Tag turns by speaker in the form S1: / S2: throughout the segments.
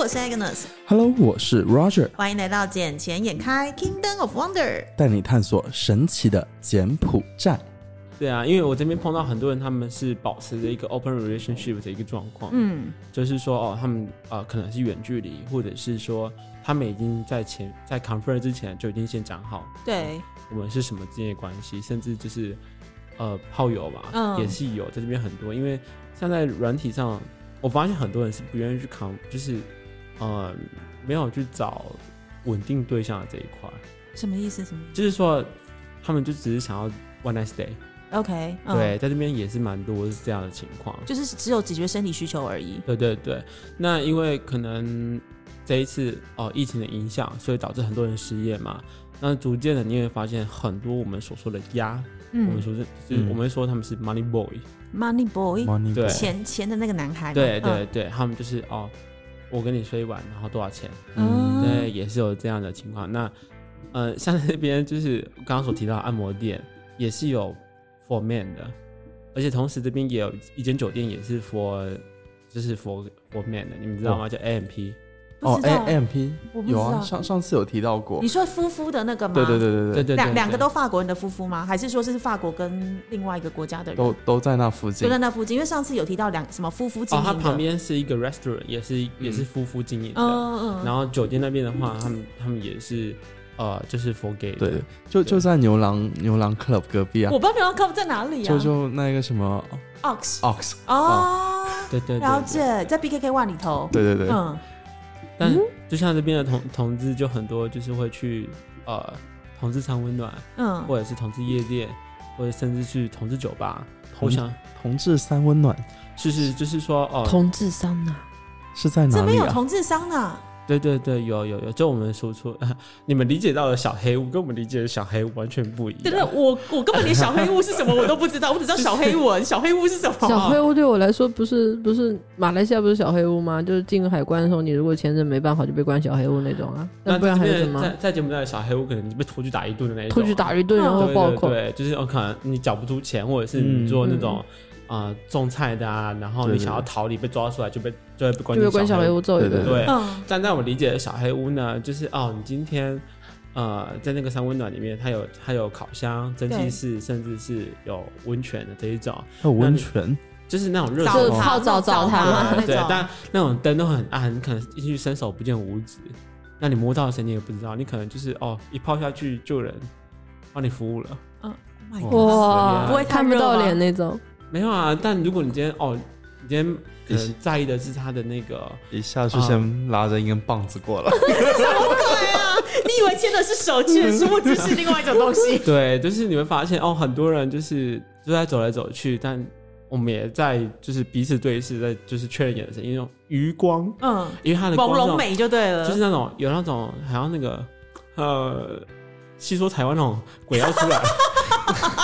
S1: 我是 Agnes，
S2: Hello，我是 Roger，
S1: 欢迎来到《捡钱眼开 Kingdom of Wonder》。
S2: 带你探索神奇的柬埔寨。
S3: 对啊，因为我这边碰到很多人，他们是保持着一个 open relationship 的一个状况，
S1: 嗯，
S3: 就是说哦，他们呃可能是远距离，或者是说他们已经在前在 confer 之前就已经先讲好
S1: 对，
S3: 我们是什么之间的关系，甚至就是呃炮友吧，
S1: 嗯
S3: 也是有在这边很多，因为像在软体上，我发现很多人是不愿意去 con，就是呃没有去找稳定对象的这一块，
S1: 什么意思？什么意
S3: 就是说他们就只是想要 one night stay。
S1: 思？OK，、嗯、
S3: 对，，在这边也是蛮多是这样的情况。
S1: 就是只有解决身体需求而已。
S3: 对对对，那因为可能这一次哦、疫情的影响，所以导致很多人失业嘛。那逐渐的你也会发现很多我们所说的鸭，我们
S1: 嗯
S3: 说是就是
S2: 嗯
S3: 我们说他们是 money boy，
S1: ，Money Boy，
S2: Morning，
S3: 对
S1: 钱钱的那个男孩嘛。
S3: 对
S1: 嗯
S3: 对对，他们就是哦，我跟你睡一晚，然后多少钱？
S1: 嗯
S3: 对，也是有这样的情况。那呃， 像这边就是刚刚所提到的按摩店也是有 for man 的，而且同时这边也有一间酒店也是 for 就是 for for man 的，你们知道吗？叫 AMP。
S1: 不
S2: 哦
S1: 知道
S3: 哎
S2: ，A M P
S1: 我不知
S2: 有
S1: 道
S2: 啊，上上次有提到过
S1: 你，说夫妇的那个吗？
S2: 对对对对
S3: 对
S2: 对，
S3: 对对，
S1: 两两个
S3: 对
S1: 都法国人的夫妇吗？还是说这是法国跟另外一个国家的人？
S2: 都都在那附
S1: 就
S2: 近
S1: 在。那附近，因为上次有提到两什么夫妇经
S3: 哦
S1: 营，的，
S3: 它旁边是一个 restaurant，也是也是夫妇经营的。
S1: 嗯，嗯嗯，
S3: 然后酒店那边的话，他们他们也是呃，就是 for gay 的。
S2: 对，就就在牛郎牛郎 club 隔壁啊
S1: 我，不知道 Milk Club 在哪里啊
S2: 就就那个什么
S1: ？Ox
S2: Ox，
S1: 哦，
S3: 对对对
S1: 了
S3: 对
S1: 解，在 BKK One 里头，
S2: 对对对，
S1: 嗯，
S3: 但就像这边的同同志，就很多就是会去呃同志餐温暖，
S1: 嗯，
S3: 或者是同志夜店，或者甚至去同志酒吧。
S2: 同
S3: 我想
S2: 同志三温暖
S3: 就是就是说哦，
S4: 同志桑拿，
S2: 是在
S1: 这
S2: 哪
S1: 边
S2: 里
S1: 有
S2: 啊？
S1: 同志商呢，
S3: 对对对，有有有，就我们说出、啊你们理解到的小黑屋，跟我们理解的小黑屋完全不一样。
S1: 真的，我我根本连小黑屋是什么我都不知道，我只知道小黑 文，小黑屋是什么？啊
S4: 小黑屋对我来说不是不是马来西亚不是小黑屋吗？就是进海关的时候，你如果签证没办好，就被关小黑屋那种啊。
S3: 那
S4: 那不然
S3: 这
S4: 还有
S3: 边
S4: 什
S3: 在
S4: 么？
S3: 在柬埔寨的小黑屋，可能就被拖去打一顿的那一种啊。
S4: 出去打一顿，然后
S3: 对
S4: 暴
S3: 对
S4: 扣。
S3: 对，就是有可能你缴不出钱，或者是
S4: 嗯
S3: 你做那种啊种菜的啊，然后
S2: 对
S3: 你
S2: 对
S3: 想要逃离被抓出来就被就会被关
S4: 就被
S3: 进
S4: 关小黑屋。揍一
S2: 对
S4: 顿。
S3: 对，
S1: 嗯，
S3: 但在我理解的小黑屋呢，就是哦，你今天呃在那个三温暖里面，它有它有烤箱、蒸
S1: 对
S3: 汽室，甚至是有温泉的这一种，
S2: 还有温泉，
S3: 就是那种热
S1: 澡
S3: 水
S4: 就
S3: 澡
S4: 是泡澡澡堂啊
S1: 那
S3: 对，
S1: 种，
S3: 但那种灯都很暗，你可能进去伸手不见五指，那你摸到谁你也不知道，你可能就是哦一泡下去就有人帮你服务了。
S1: 嗯，Oh my
S2: 哇
S1: God
S4: 哇，
S3: 不
S1: 会太
S4: 看不
S1: 热
S4: 到
S1: 吗
S4: 脸那种。
S3: 没有啊，但如果你今天哦，你今天可
S2: 一起
S3: 能在意的是他的那个，
S2: 一下就先拉着一根棒子过来，
S1: 对啊，你以为牵的是手，其实殊不知是另外一种东西。
S3: 对，就是你会发现哦，很多人就是就在走来走去，但我们也在就是彼此对视，在就是确认眼神，因为那种余光，
S1: 嗯，
S3: 因为他的光
S1: 朦
S3: 是那
S1: 胧
S3: 种，
S1: 美就对了，
S3: 就是 那种有那种好像那个呃，细说台湾那种鬼要出来，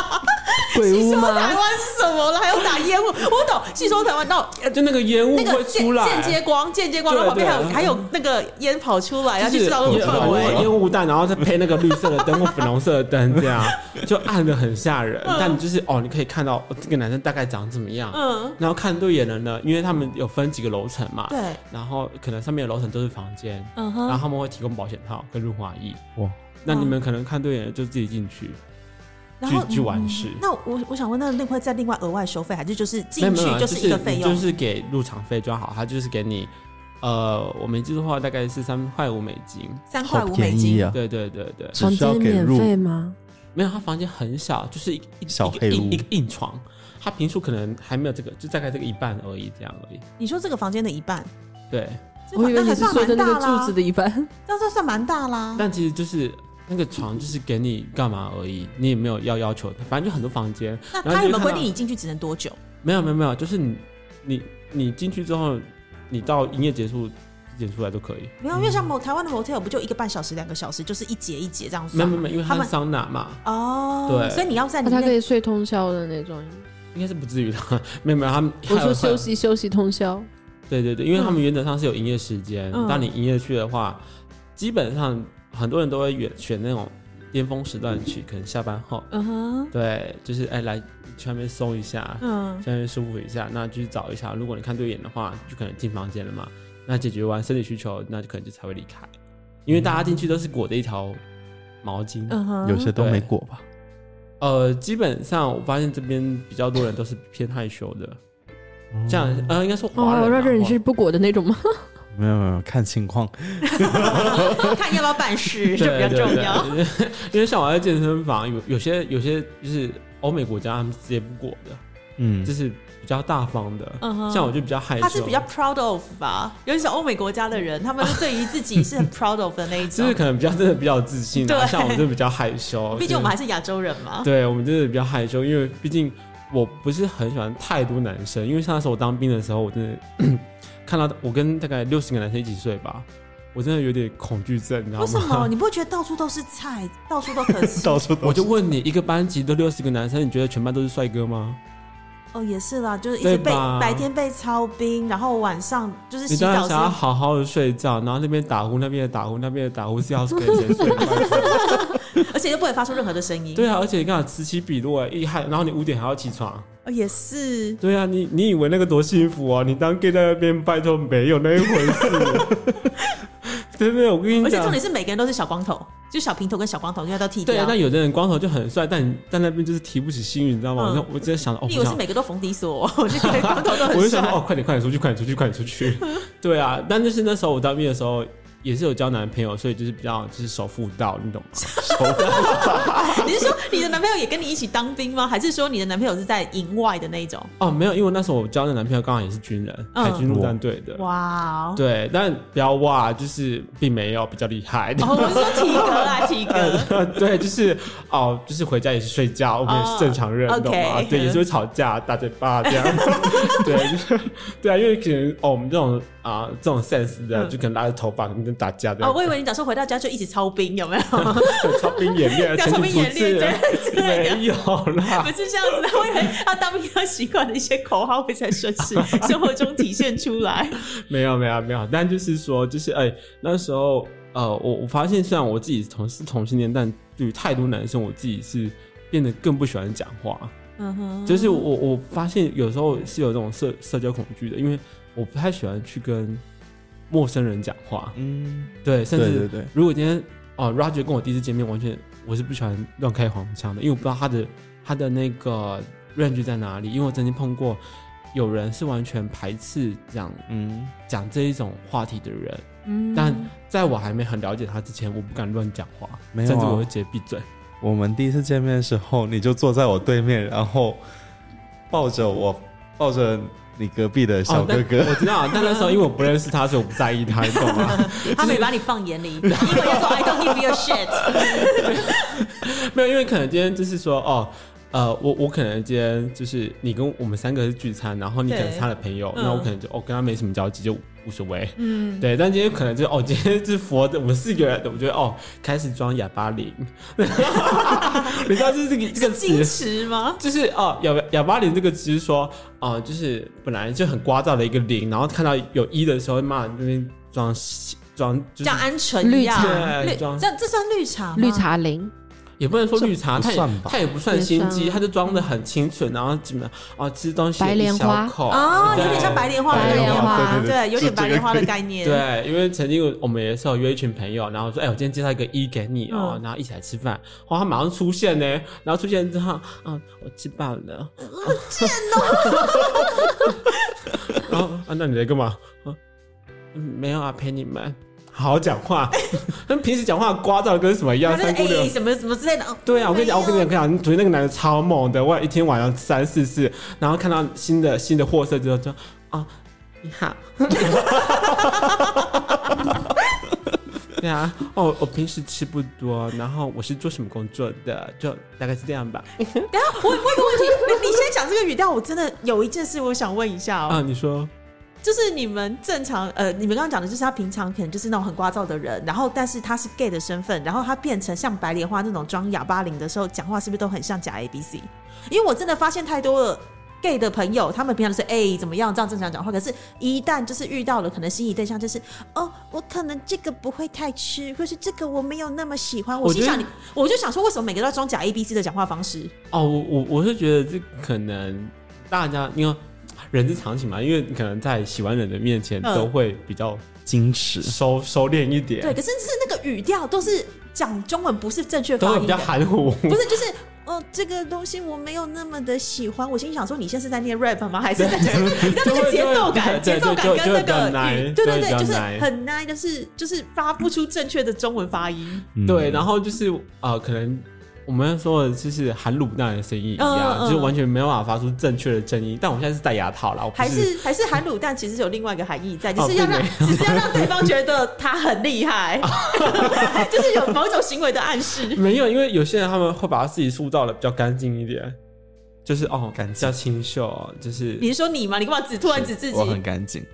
S4: 鬼
S1: 吸
S4: 屋
S1: 收
S4: 吗
S1: 台？湾是什么了？还有打烟雾，我懂。吸收台湾到
S3: 就那个烟雾
S1: 那个
S3: 会
S1: 间
S3: 出来，
S1: 间接光，间接光，然后旁
S3: 对
S1: 边
S3: 对
S1: 还有
S3: 嗯
S1: 还有那个烟跑出来，然后
S3: 就
S1: 就是知道那个氛
S3: 有
S1: 围。
S3: 烟雾弹，然后再配那个绿色的灯或粉红色的灯，这样就暗的很吓人。
S1: 嗯
S3: 但你就是哦，你可以看到、哦这个男生大概长怎么样，
S1: 嗯，
S3: 然后看对眼了呢，因为他们有分几个楼层嘛，
S1: 对，
S3: 然后可能上面的楼层都是房间，
S1: 嗯
S3: 然后
S1: 哼，
S3: 他们会提供保险套跟润滑液。
S2: 哇，
S3: 那你们可能看对眼了就自己进去
S1: 然后
S3: 去去完事。
S1: 那我我想问，那另会再另外额外收费，还是就是
S3: 没有
S1: 嗯进
S3: 没
S1: 去
S3: 有没有，
S1: 是一个费
S3: 你
S1: 用？
S3: 就是给入场费就好，他就是给你，呃，我没记错的话大概是三块五美金。
S1: 三块
S2: 好
S1: 五美
S2: 便宜
S1: 金。
S2: 啊！
S3: 对对对对，
S2: 只需要给
S4: 免
S2: 入
S4: 费吗？
S3: 没有，他房间很小，就是一一
S2: 小黑
S3: 一个
S2: 屋
S3: 硬一个硬床，他平数可能还没有这个，就大概这个一半而已，这样而已。
S1: 你说这个房间的一半，
S3: 对，
S1: 这
S4: 我以为
S1: 那
S4: 你
S1: 还
S4: 是
S1: 算
S4: 说的
S1: 蛮
S4: 那个
S1: 大
S4: 柱
S1: 啦
S4: 子，的一半。
S1: 这样算蛮大啦。
S3: 但其实就是那个床就是给你干嘛而已，你也没有要要求，反正就很多房间。
S1: 那
S3: 然
S1: 他
S3: 后
S1: 有没
S3: 你就
S1: 有
S3: 看
S1: 规
S3: 到
S1: 定你进去只能多久？
S3: 没有没有没有，就是你你你进去之后，你到营业结束之前出来都可以。
S1: 没有，因为像某台湾的 motel 不就一个半小时、两个小时，就是一节一节这样算
S3: 没
S1: 吗。
S3: 有没有没有，因为
S1: 他
S3: 它
S1: 们
S3: 是桑拿嘛，
S1: 哦，
S3: 对
S1: 所以你要在里
S4: 啊他可
S1: 面
S4: 以睡通宵的那种。
S3: 应该是不至于的。 没有没有，他们
S4: 我
S3: 还有
S4: 说休。息休息通宵。
S3: 对对对，因为他们原则上是有营业时间，
S1: 嗯
S3: 当你营业去的话，基本上很多人都会选选那种巅峰时段去，可能下班后。
S1: 嗯哼，
S3: 对，就是哎、来去那边松一下，
S1: 嗯
S3: 去那边舒服一下，那去找一下。如果你看对眼的话，就可能进房间了嘛。那解决完生理需求，那就可能就才会离开，因为大家进去都是裹着一条毛巾。
S4: 嗯哼
S2: 有些都没过吧？
S3: 呃，基本上我发现这边比较多人都是偏害羞的，这样呃，应该说华人啊、
S4: 哦，我说这你
S3: 华
S4: 是不裹的那种吗？
S2: 嗯没有没有，看情况。
S1: 看要不要办 事， 这
S3: 对
S1: 比较重要。
S3: 对 对因为像我在健身房，有有些有些就是欧美国家他们是直接不裹的，
S2: 嗯
S3: 就，是比较大方的。
S1: 嗯哼
S3: 像我就比较害羞，
S1: 他是比较 proud of 吧，尤其是欧美国家的人，他们对于自己是很 proud of 的那一
S3: 就是
S1: 种。
S3: 可能比较真的比较有自信、啊，
S1: 对
S3: 像我就比较害羞。
S1: 毕竟我们还
S3: 就是
S1: 亚洲人嘛。
S3: 对我们真的比较害羞，因为毕竟我不是很喜欢太多男生，因为像那时候我当兵的时候，我真的 看到我跟大概六十个男生一起睡吧，我真的有点恐惧症，你知道
S1: 为什么
S3: 吗？
S1: 你不会觉得到处都是菜，到处都可 吃？
S2: 到处都
S3: 我就问你，一个班级都六十个男生，你觉得全班都是帅哥吗？
S1: 哦，也是啦，就是一
S3: 对
S1: 直被
S3: 吧
S1: 白天被操兵，然后晚上就是
S3: 你
S1: 洗
S3: 当然
S1: 澡
S3: 想要
S1: 时
S3: 好好的睡觉，然后那边打呼，那边也打呼，那边也打呼，是 要跟谁睡？
S1: 而且又不会发出任何的声音。
S3: 对啊，而且你刚好此起彼落哎，一害，然后你五点还要起床。
S1: 哦，也是。
S3: 对啊，你你以为那个多幸福啊？你当 gay 在那边，拜托没有那一回事。 对对，我跟你
S1: 而且
S3: 讲
S1: 重，点是每个人都是小光头，就小平头跟小光头，因为都剃
S3: 对
S1: 掉
S3: 啊，。那有的人光头就很帅，但你在那边就是提不起兴韵，你知道吗？
S1: 嗯
S3: 我我真的想到，哦、
S1: 你以
S3: 我
S1: 为
S3: 想
S1: 是每个都冯迪索？ 我就觉得光头都
S3: 我就
S1: 很
S3: 想
S1: 帅
S3: 说，。哦，快点，快点出去，快点出去，快点出去。 对啊，但就是那时候我当兵的时候，也是有交男朋友，所以就是比较就是守妇道，你懂吗？守妇
S1: 你是说你的男朋友也跟你一起当兵吗？还是说你的男朋友是在营外的那一种？
S3: 哦，没有，因为那时候我交的男朋友刚好也是军人，
S1: 嗯
S3: 海军陆战队的。
S1: 哇哦！
S3: 对，但不要哇，就是并没有比较厉害。
S1: 哦，我是说体格啊，体格。
S3: 对，就是哦，就是回家也是睡觉，我们也是正常人，
S1: 哦
S3: 懂吗
S1: OK
S3: 对，也是会吵架、打嘴巴这样。 对，就是对啊，因为可能哦，我们这种啊、这种 sense 的，
S1: 嗯
S3: 就可能拉着头发，你们打架这
S1: 哦，
S3: 样。
S1: 我以为你早上回到家就一起操兵，有没有？
S3: 操兵演练，
S1: 要
S3: 啊前
S1: 操兵
S3: 景图
S1: 演练
S3: 志
S1: 之类之类的。
S3: 啊 没有啦
S1: 不。是这样子 的，我以为他当兵要习惯的一些口号会在顺势 生活中体现出来。
S3: 没有啊没有没有，但就是说，就是哎、那时候呃，我我发现虽然我自己同是同性恋，但对于太多男生，我自己是变得更不喜欢讲话。
S1: 嗯哼，
S3: 就是我我发现有时候是有这种社社交恐惧的，因为我不太喜欢去跟陌生人讲话。
S2: 嗯，
S3: 对，甚
S2: 对
S3: 至
S2: 对对，
S3: 如果今天哦，Roger 跟我第一次见面，完全我是不喜欢乱开黄腔的，因为我不知道他的他的那个 range 在哪里。因为我曾经碰过有人是完全排斥讲
S2: 嗯，
S3: 讲这一种话题的人，
S1: 嗯
S3: 但在我还没很了解他之前，我不敢乱讲话，
S2: 没有啊
S3: 甚至我会直接闭嘴。
S2: 我们第一次见面的时候，你就坐在我对面，然后抱着我，抱着你隔壁的小哥哥
S3: 哦但，我知道，但那时候因为我不认识他，所以我不在意他，你懂吗？
S1: 他没把你放眼 里，因为要说 I don't give you a shit。
S3: 没有，因为可能今天就是说，哦，呃，我我可能今天就是你跟我们三个是聚餐，然后你可
S1: 对
S3: 能是他的朋友，
S1: 嗯
S3: 那我可能就哦跟他没什么交集，就无所谓。
S1: 嗯，
S3: 对，但今天可能就哦，今天是佛的，我们四个人，我觉得哦，开始装哑巴 灵，你知道这是这个这个
S1: 矜
S3: 词。
S1: 持吗？
S3: 就是哦，哑哑巴灵这个只是说，哦、就是本来就很聒噪的一个灵，然后看到有一的时候，骂那边装装，就
S1: 像
S3: 是
S1: 鹌鹑一样，
S3: 绿
S1: 绿
S3: 茶
S1: 这这算绿茶吗？
S4: 绿茶零，
S3: 也不能说绿茶，
S2: 这不
S3: 他
S2: 算
S3: 也
S2: 吧
S3: 他也不算心机，
S4: 也算
S3: 他就装的很清纯，然后怎么啊吃东西
S4: 白莲
S3: 一小
S4: 花
S3: 口
S1: 啊，
S3: 对
S1: 有点像白莲花的
S4: 白
S1: 概
S4: 莲
S1: 念
S4: 花
S1: 吧？
S2: 对对对
S1: 对，有点
S2: 这
S1: 白莲花的概念。
S3: 对，因为曾经我们也是有约一群朋友，然后说，哎、我今天介绍一个一给你哦、然后一起来吃饭。哇，他马上出现呢，然后出现之后，嗯，我吃饱了，贱哦。 然后啊，那你在干嘛？啊嗯，没有啊，陪你们好好讲话。跟平时讲话聒噪得跟什么一样，
S1: 然后就是
S3: 三姑六
S1: 哎，什么什么之类的，哦
S3: 对啊，我跟你讲，
S1: 没
S3: 我跟你讲，我跟你讲，昨天那个男的超猛的，我一天晚上三四次，然后看到新的新的货色之后就啊，你好，对啊，哦，我平时吃不多，然后我是做什么工作的，就大概是这样吧。
S1: 等一下，我我有个问题，你你现在讲这个语调，我真的有一件事我想问一下哦，
S3: 啊，你说，
S1: 就是你们正常呃，你们刚刚讲的就是他平常可能就是那种很聒噪的人，然后但是他是 gay 的身份，然后他变成像白莲花那种装哑巴灵的时候，讲话是不是都很像假 A B C？因为我真的发现太多了。gay 的朋友，他们平常都是哎、怎么样这样正常讲话，可是，一旦就是遇到了可能心仪对象，就是哦，我可能这个不会太吃，或是这个我没有那么喜欢。我
S3: 我觉
S1: 心
S3: 得
S1: 想你，我就想说，为什么每个都要装假 A B C 的讲话方式？
S3: 哦，我我我是觉得这可能大家因为人之常情嘛，因为你可能在喜欢人的面前
S1: 嗯
S3: 都会比较
S2: 矜持，
S3: 收收敛一
S1: 对，
S3: 点，
S1: 可是是那个语调都是讲中文不是正确
S3: 都
S1: 发
S3: 会
S1: 音
S3: 比较
S1: 的，
S3: 含糊。
S1: 不是就是。哦，这个东西我没有那么的喜欢。我心想说，你现在是在念 rap 吗？还是在你知道那个节奏感、
S3: 就会
S1: 节奏感
S3: 就会
S1: 跟那
S3: 就会很
S1: 个语，
S3: 难
S1: 对对
S3: 就
S1: 对，
S3: 会
S1: 就是
S3: 比较难
S1: 很难，就是就是发不出正确的中文发音。
S2: 嗯
S3: 对，然后就是呃，可能我们说的就是含卤蛋的声音一
S1: 嗯
S3: 样，
S1: 嗯
S3: 就是完全没有办法发出正确的正音。但我现在是戴牙套啦，我不
S1: 还是还是含卤蛋，其实有另外一个含义在，就
S3: 哦
S1: 是要
S3: 并
S1: 让、只是要让对方觉得他很厉 害， 就是有某种行为的暗示。
S3: 没有，因为有些人他们会把他自己塑造的比较干净一点，就是哦，
S2: 干净
S3: 比较清秀哦，就是
S1: 你是说你吗？你干嘛指突然指自己
S2: 我？很干净，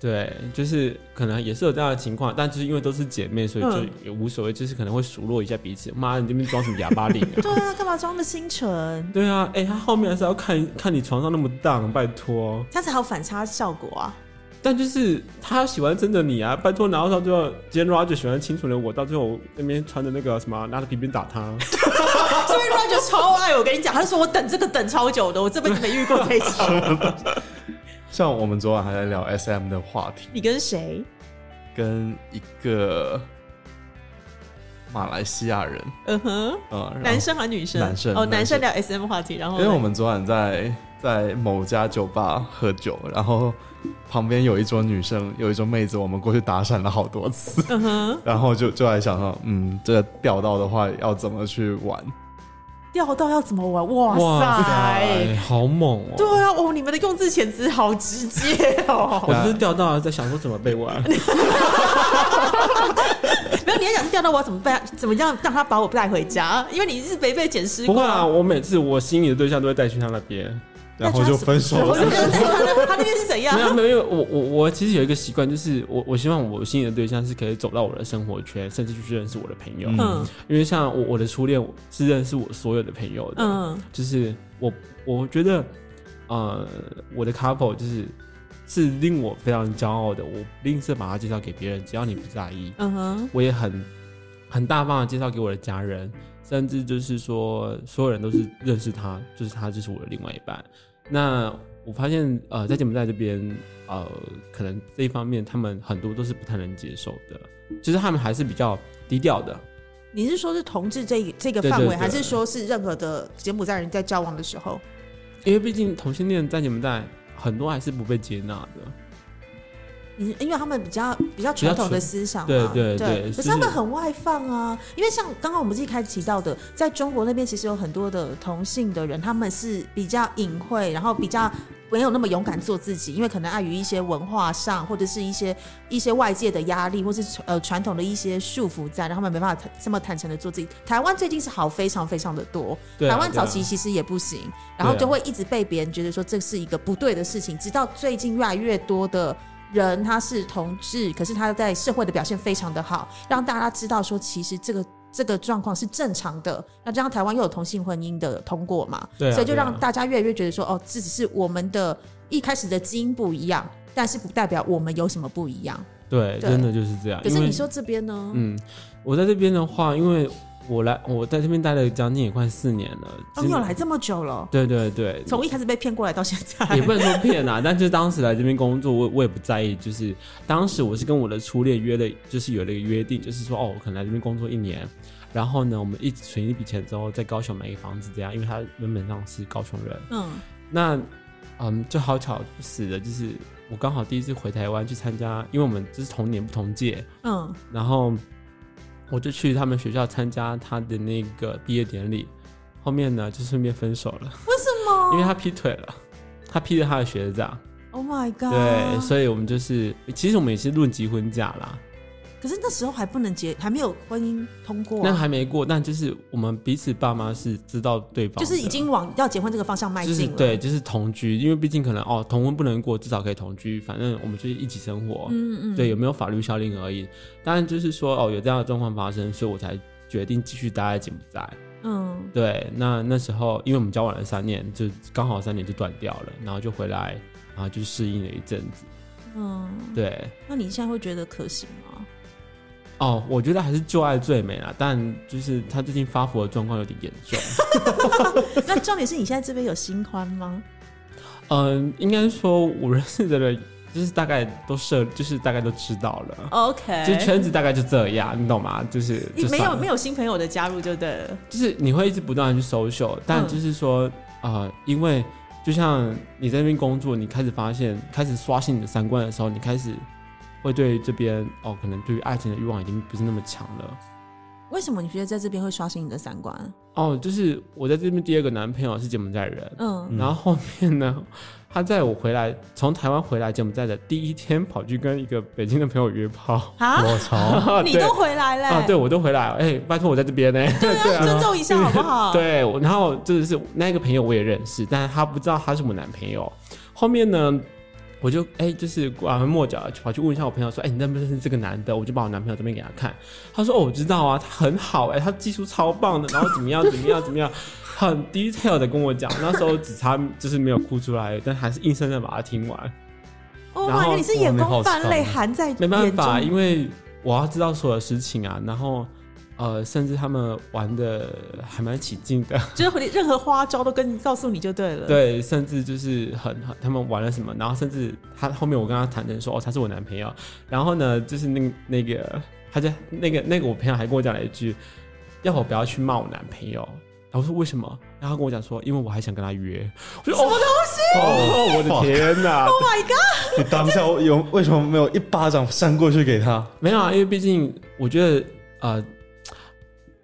S3: 对，就是可能也是有这样的情况，但就是因为都是姐妹，所以就
S1: 嗯
S3: 也无所谓，就是可能会数落一下彼此。妈，你这边装什么哑巴脸啊？
S1: 对啊，干嘛装的清纯？
S3: 对啊，哎、他后面还是要看看你床上那么荡，拜托。
S1: 这样子还有反差效果啊！
S3: 但就是他喜欢真的你啊，拜托，然后到最后，今天 Roger 喜欢清纯的我，到最后我那边穿着那个什么，拿着皮鞭打他。
S1: 所以 Roger 超爱我，跟你讲，他就说我等这个等超久的，我这辈子没遇过这一种。
S2: 像我们昨晚还在聊 S M 的话题，
S1: 你跟谁？
S2: 跟一个马来西亚人，
S1: 嗯哼，
S2: 嗯，然后
S1: 男生还是女生？
S2: 男生
S1: 哦，
S2: 男
S1: 男生
S2: 生
S1: 聊 SM 话题，然后
S2: 因为我们昨晚在在某家酒吧喝酒，然后旁边有一桌女生，有一桌妹子，我们过去搭讪了好多次，
S1: 嗯哼
S2: 然后就就来想说，嗯，这个钓到的话要怎么去玩？
S1: 钓到要怎么玩？哇塞！
S3: 好猛哦、
S1: 对啊，哦，你们的用字遣词好直接哦。
S3: 我就是钓到了，在想说怎么被玩。
S1: 没有，你要讲钓到我要怎么办？怎么样让他把我带回家？因为你是没被捡尸
S3: 不
S1: 过
S3: 会啊，。我每次我心仪的对象都会带去他那边。
S2: 然后就分手
S1: 我
S2: 了
S1: 就。跟他他那边是怎样
S3: 没？有没有，因为我我我其实有一个习惯，就是我我希望我心仪的对象是可以走到我的生活圈，甚至去认识我的朋友。
S2: 嗯
S1: 嗯
S3: 因为像我我的初恋是认识我所有的朋友的，
S1: 嗯
S3: 就是我我觉得，呃，我的 couple 就是是令我非常骄傲的，我不吝啬把它介绍给别人，只要你不在意，
S1: 嗯哼，
S3: 我也很很大方的介绍给我的家人，甚至就是说所有人都是认识他，就是他就是我的另外一半。那我发现呃，在柬埔寨这边呃，可能这一方面他们很多都是不太能接受的，就是他们还是比较低调的。
S1: 你是说是同志这一这个
S3: 对对
S1: 范围，
S3: 对
S1: 还是说是任何的柬埔寨人在交往的时候？
S3: 因为毕竟同性恋在柬埔寨很多还是不被接纳的，
S1: 你因为他们比较比较
S3: 比较
S1: 传统的
S3: 纯
S1: 思想嘛，
S3: 对对对
S1: 可
S3: 就是是
S1: 他们很外放啊。因为像刚刚我们自己开始提到的，在中国那边其实有很多的同性的人，他们是比较隐晦，然后比较没有那么勇敢做自己，因为可能碍于一些文化上或者是一些一些外界的压力，或是呃传统的一些束缚在，然后他们没办法这么坦诚的做自己。台湾最近是好非常非常的多，
S3: 对啊
S1: 台湾
S3: 对啊
S1: 早期其实也不行，然后
S3: 对啊
S1: 就会一直被别人觉得说这是一个不对的事情，直到最近越来越多的人他是同志，可是他在社会的表现非常的好，让大家知道说其实这个。这个状况是正常的，那这样台湾又有同性婚姻的通过嘛，
S3: 对啊
S1: 所以就
S3: 对啊
S1: 让大家越来越觉得说，哦，这只是我们的一开始的基因不一样，但是不代表我们有什么不一样。
S3: 对，
S1: 对
S3: 真的就是这样。
S1: 可是
S3: 啊因为
S1: 你说这边呢？
S3: 嗯，我在这边的话，因为我来我在这边待了将近也快四年了，
S1: 哦，
S3: 其
S1: 你
S3: 实
S1: 有来这么久了，
S3: 对对对，
S1: 从一开始被骗过来到现在，
S3: 也不能说骗啊， 但就是当时来这边工作，我我也不在意。就是当时我是跟我的初恋约了，就是有了一个约定，就是说哦，我可能来这边工作一年，然后呢，我们一直存一笔钱之后，在高雄买一个房子，这样，因为他原本上是高雄人。
S1: 嗯
S3: 那嗯，就好巧不死的，就是我刚好第一次回台湾去参加，因为我们就是同年不同届，
S1: 嗯
S3: 然后我就去他们学校参加他的那个毕业典礼，后面呢就顺便分手了，
S1: 为什么？
S3: 因为他劈腿了，他劈了他的学长，
S1: Oh my god！
S3: 对，所以我们就是其实我们也是论及婚嫁啦，
S1: 可是那时候还不能结，还没有婚姻通过、
S3: 那
S1: 啊，
S3: 还没过，但就是我们彼此爸妈是知道对方
S1: 就
S3: 的，
S1: 是已经往要结婚这个方向迈
S3: 就是
S1: 进了。
S3: 对，就是同居，因为毕竟可能哦，同婚不能过，至少可以同居，反正我们就是一起生活。
S1: 嗯嗯，
S3: 对，有没有法律效力而已。当然就是说哦，有这样的状况发生，所以我才决定继续待在柬埔寨。
S1: 嗯
S3: 对，那那时候因为我们交往了三年，就刚好三年就断掉了，然后就回来，然后就适应了一阵子。
S1: 嗯。
S3: 对，
S1: 那你现在会觉得可行吗？
S3: 哦，我觉得还是旧爱最美啦，但就是他最近 发福的状况有点严重。
S1: 那重点是你现在这边有新欢吗？
S3: 嗯，应该说我认识的人，就是大概都设，就是大概都知道了，就
S1: 哦？OK，
S3: 圈子大概就这样，你懂吗？就是
S1: 你
S3: 就
S1: 没
S3: 算
S1: 有
S3: 了
S1: 没有新朋友的加入就对了。
S3: 就是你会一直不断的去搜秀，但
S1: 嗯
S3: 就是说，呃，因为就像你在那边工作，你开始发现，开始刷新你的三观的时候，你开始会对这边哦，可能对于爱情的欲望已经不是那么强了。
S1: 为什么你觉得在这边会刷新你的三观？
S3: 哦，就是我在这边第二个男朋友是柬埔寨人，
S1: 嗯，
S2: 嗯
S3: 然后后面呢，他在我回来从台湾回来柬埔寨的第一天，跑去跟一个北京的朋友约炮。
S1: 啊，
S2: 我操！
S1: 你
S3: 对
S1: 都回来了、欸
S3: 啊，对我都回来了，哎、拜托我在这边呢、对啊，
S1: 尊重一下好不好？，
S3: 对，我然后就是那个朋友我也认识，但是他不知道他是我男朋友。后面呢，我就哎、就是拐弯抹角地跑去问一下我朋友说，哎、你认不认识这个男的？我就把我男朋友这边给他看，他说哦，我知道啊，他很好哎、他技术超棒的，然后怎么样怎么样怎么样，很 detail 的跟我讲。那时候只差就是没有哭出来，但还是硬生生把它听完。
S1: 哦
S3: 然
S1: 妈，
S3: 后
S1: 你是眼光泛
S2: 哇
S1: 泪
S2: 你好
S1: 含在眼
S3: 没
S1: 中，
S3: 办法，因为我要知道所有事情啊，然后呃，甚至他们玩的还蛮起劲的。
S1: 就是你任何花招都跟你告诉你就对了。，
S3: 对，甚至就是很很他们玩了什么，然后甚至他后面我跟他坦诚说，哦，他是我男朋友。然后呢，就是那个那个，他就那个那个我朋友还跟我讲了一句，要我不要去骂我男朋友。然后我说为什么？然后他跟我讲说，因为我还想跟他约。我说什么东西？哦，我的天 哪！
S2: 你当下有为什么没有一巴掌扇过去给他？
S3: 没有啊，因为毕竟我觉得呃，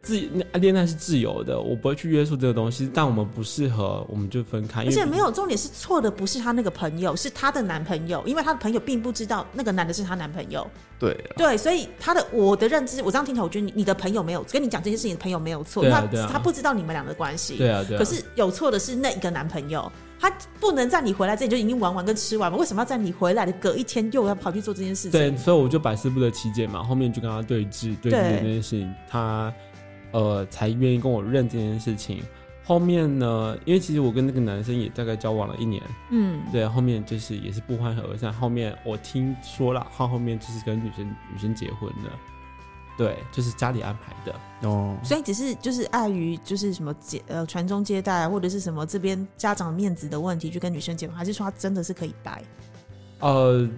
S3: 自那恋爱是自由的，我不会去约束这个东西。但我们不适合，我们就分开。因
S1: 而
S3: 为
S1: 且
S3: 毕
S1: 没有重点是错的不是她那个朋友，是她的男朋友，因为她的朋友并不知道那个男的是她男朋友。
S2: 对，
S3: 啊
S1: 对，所以她的我的认知，我这样听起来，我觉得你你的朋友没有跟你讲这件事情，朋友没有错，
S3: 对啊
S1: 因为
S3: 对
S1: 他
S3: 啊
S1: 他不知道你们俩的关系。
S3: 对啊对啊。
S1: 可是有错的是那一个男朋友，他不能在你回来之前就已经玩完跟吃完吗？为什么要在你回来的隔一天又要跑去做这件事情？
S3: 对，所以我就百思不得其解嘛。后面就跟他对峙，对峙
S1: 对
S3: 这件事情，他呃才愿意跟我认这件事情。后面呢，因为其实我跟那个男生也大概交往了一年，
S1: 嗯，
S3: 对，后面就是也是不欢而散。后面我听说了，他后面就是跟女生女生结婚了，对，就是家里安排的。
S2: 哦，
S1: 所以只是就是碍于就是什么接呃传宗接代啊或者是什么这边家长面子的问题去跟女生结婚，还是说他真的是可以掰？
S3: 呃，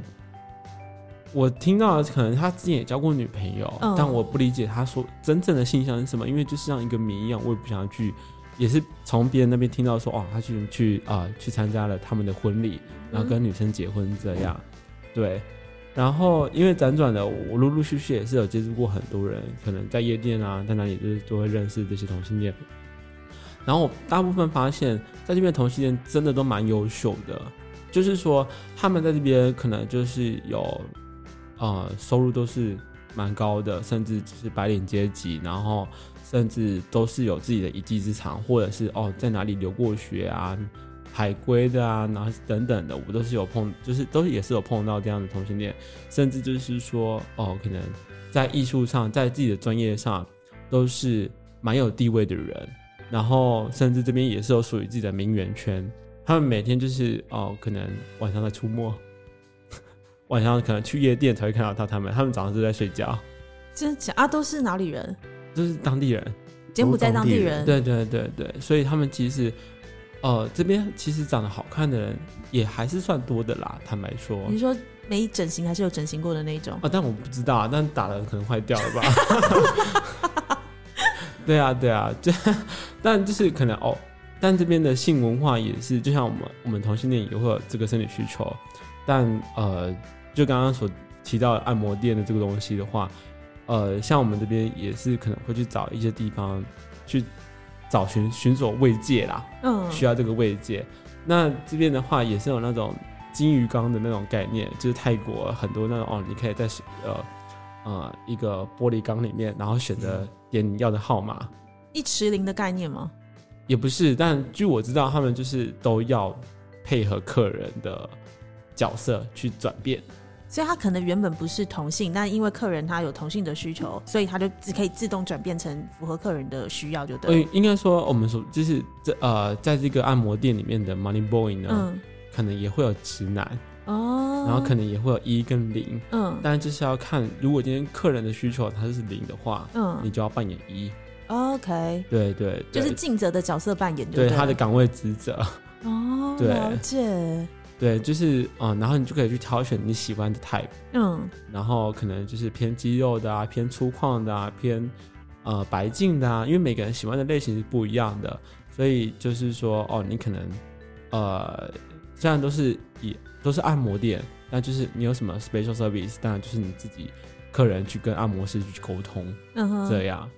S3: 我听到的可能他之前也交过女朋友，
S1: 嗯
S3: 但我不理解他说真正的性向是什么，因为就是像一个谜一样，我也不想去，也是从别人那边听到说，哦，他去去啊、去参加了他们的婚礼，然后跟女生结婚这样，对。然后，因为辗转的，我陆陆续续也是有接触过很多人，可能在夜店啊，在哪里就是都会认识这些同性恋。然后我大部分发现，在这边的同性恋真的都蛮优秀的，就是说他们在这边可能就是有，呃，收入都是蛮高的，甚至就是白领阶级，然后甚至都是有自己的一技之长，或者是哦在哪里留过学啊、海归的啊，然后等等的，我都是有碰，就是都也是有碰到这样的同性恋，甚至就是说哦，可能在艺术上，在自己的专业上都是蛮有地位的人，然后甚至这边也是有属于自己的名媛圈，他们每天就是哦，可能晚上在出没， 晚上可能去夜店才会看到他他们，他们早上是在睡觉，
S1: 真的假啊？都是哪里人？
S3: 就是当地人。
S1: 柬埔寨当地
S2: 当地
S1: 人，
S2: 人
S3: 对对对对，所以他们其实，呃，这边其实长得好看的人也还是算多的啦，坦白说。
S1: 你说没整形还是有整形过的那一种？
S3: 啊，但我不知道，啊，但打的可能坏掉了吧？对啊，对啊， 这但就是可能哦，但这边的性文化也是，就像我们我们同性恋也会有这个生理需求，但呃，就刚刚所提到的按摩店的这个东西的话，呃，像我们这边也是可能会去找一些地方去找寻寻索慰藉啦，
S1: 嗯，
S3: 呃需要这个慰藉。那这边的话也是有那种金鱼缸的那种概念，就是泰国很多那种哦，你可以在呃呃一个玻璃缸里面，然后选
S1: 嗯
S3: 择点你要的号码，
S1: 一池零的概念吗？
S3: 也不是，但据我知道，他们就是都要配合客人的角色去转变。
S1: 所以他可能原本不是同性，但因为客人他有同性的需求，所以他就只可以自动转变成符合客人的需要，就对了。
S3: 呃，应该说我们所就是这呃，在这个按摩店里面的 Money Boy 呢，
S1: 嗯，
S3: 可能也会有直男，
S1: 哦，
S3: 然后可能也会有一跟零，
S1: 嗯
S3: 但就是要看，如果今天客人的需求他是零的话，你
S1: 嗯哦
S3: 就要扮演一，
S1: ，OK，
S3: 对对，
S1: 就
S3: 对
S1: 是尽责的角色扮演
S3: 对
S1: 对了
S3: 他的岗位职责，
S1: 哦，哦，
S3: 对
S1: 了解，
S3: 对，就是嗯，然后你就可以去挑选你喜欢的 type，
S1: 嗯
S3: 然后可能就是偏肌肉的啊，偏粗犷的啊，偏呃白净的啊，因为每个人喜欢的类型是不一样的，所以就是说哦，你可能呃虽然都是以都是按摩店，但就是你有什么 special service，当然就是你自己客人去跟按摩师去沟通
S1: 嗯哼，
S3: 这样。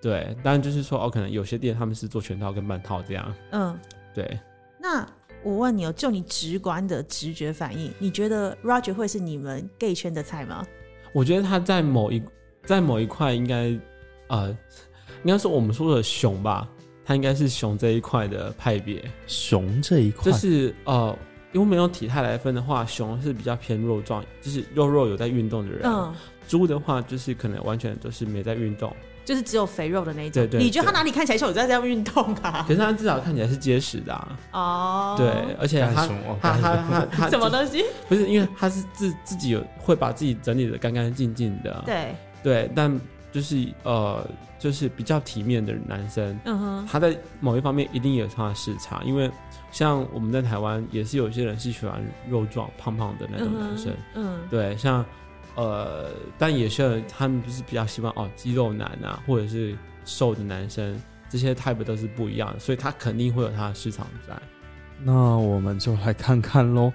S3: 对，当然就是说哦，可能有些店他们是做全套跟半套这样。
S1: 嗯。
S3: 对，
S1: 那我问你哦，就你直观的直觉反应，你觉得 Roger 会是你们 gay 圈的菜吗？
S3: 我觉得他在某一在某一块应该，呃，应该是我们说的熊吧，他应该是熊这一块的派别，
S2: 熊这一块
S3: 就是呃，因为我们用体态来分的话，熊是比较偏肉壮，就是肉肉有在运动的人；
S1: 嗯，
S3: 猪的话，就是可能完全都是没在运动，
S1: 就是只有肥肉的那一种。
S3: 对对
S1: 你觉得他
S3: 对
S1: 哪里看起来像有在这样运动啊
S3: 可？是他至少看起来是结实的、啊，
S1: 哦，
S3: 对，而且
S2: 干
S3: 他
S2: 什么
S3: 他
S2: 干
S3: 他
S2: 什
S3: 他 他
S1: 什么东西？
S3: 不是因为他是自自己有会把自己整理的干干净净的，啊
S1: 对，
S3: 对，但就是呃，就是比较体面的男生，
S1: 嗯哼，
S3: 他在某一方面一定有他的市场，因为像我们在台湾也是有些人是喜欢肉壮、胖胖的那种男生，
S1: 嗯哼，
S3: 对，像呃，但也是有人他们就是比较希望哦，肌肉男啊，或者是瘦的男生，这些 type 都是不一样的，所以他肯定会有他的市场在。
S2: 那我们就来看看喽。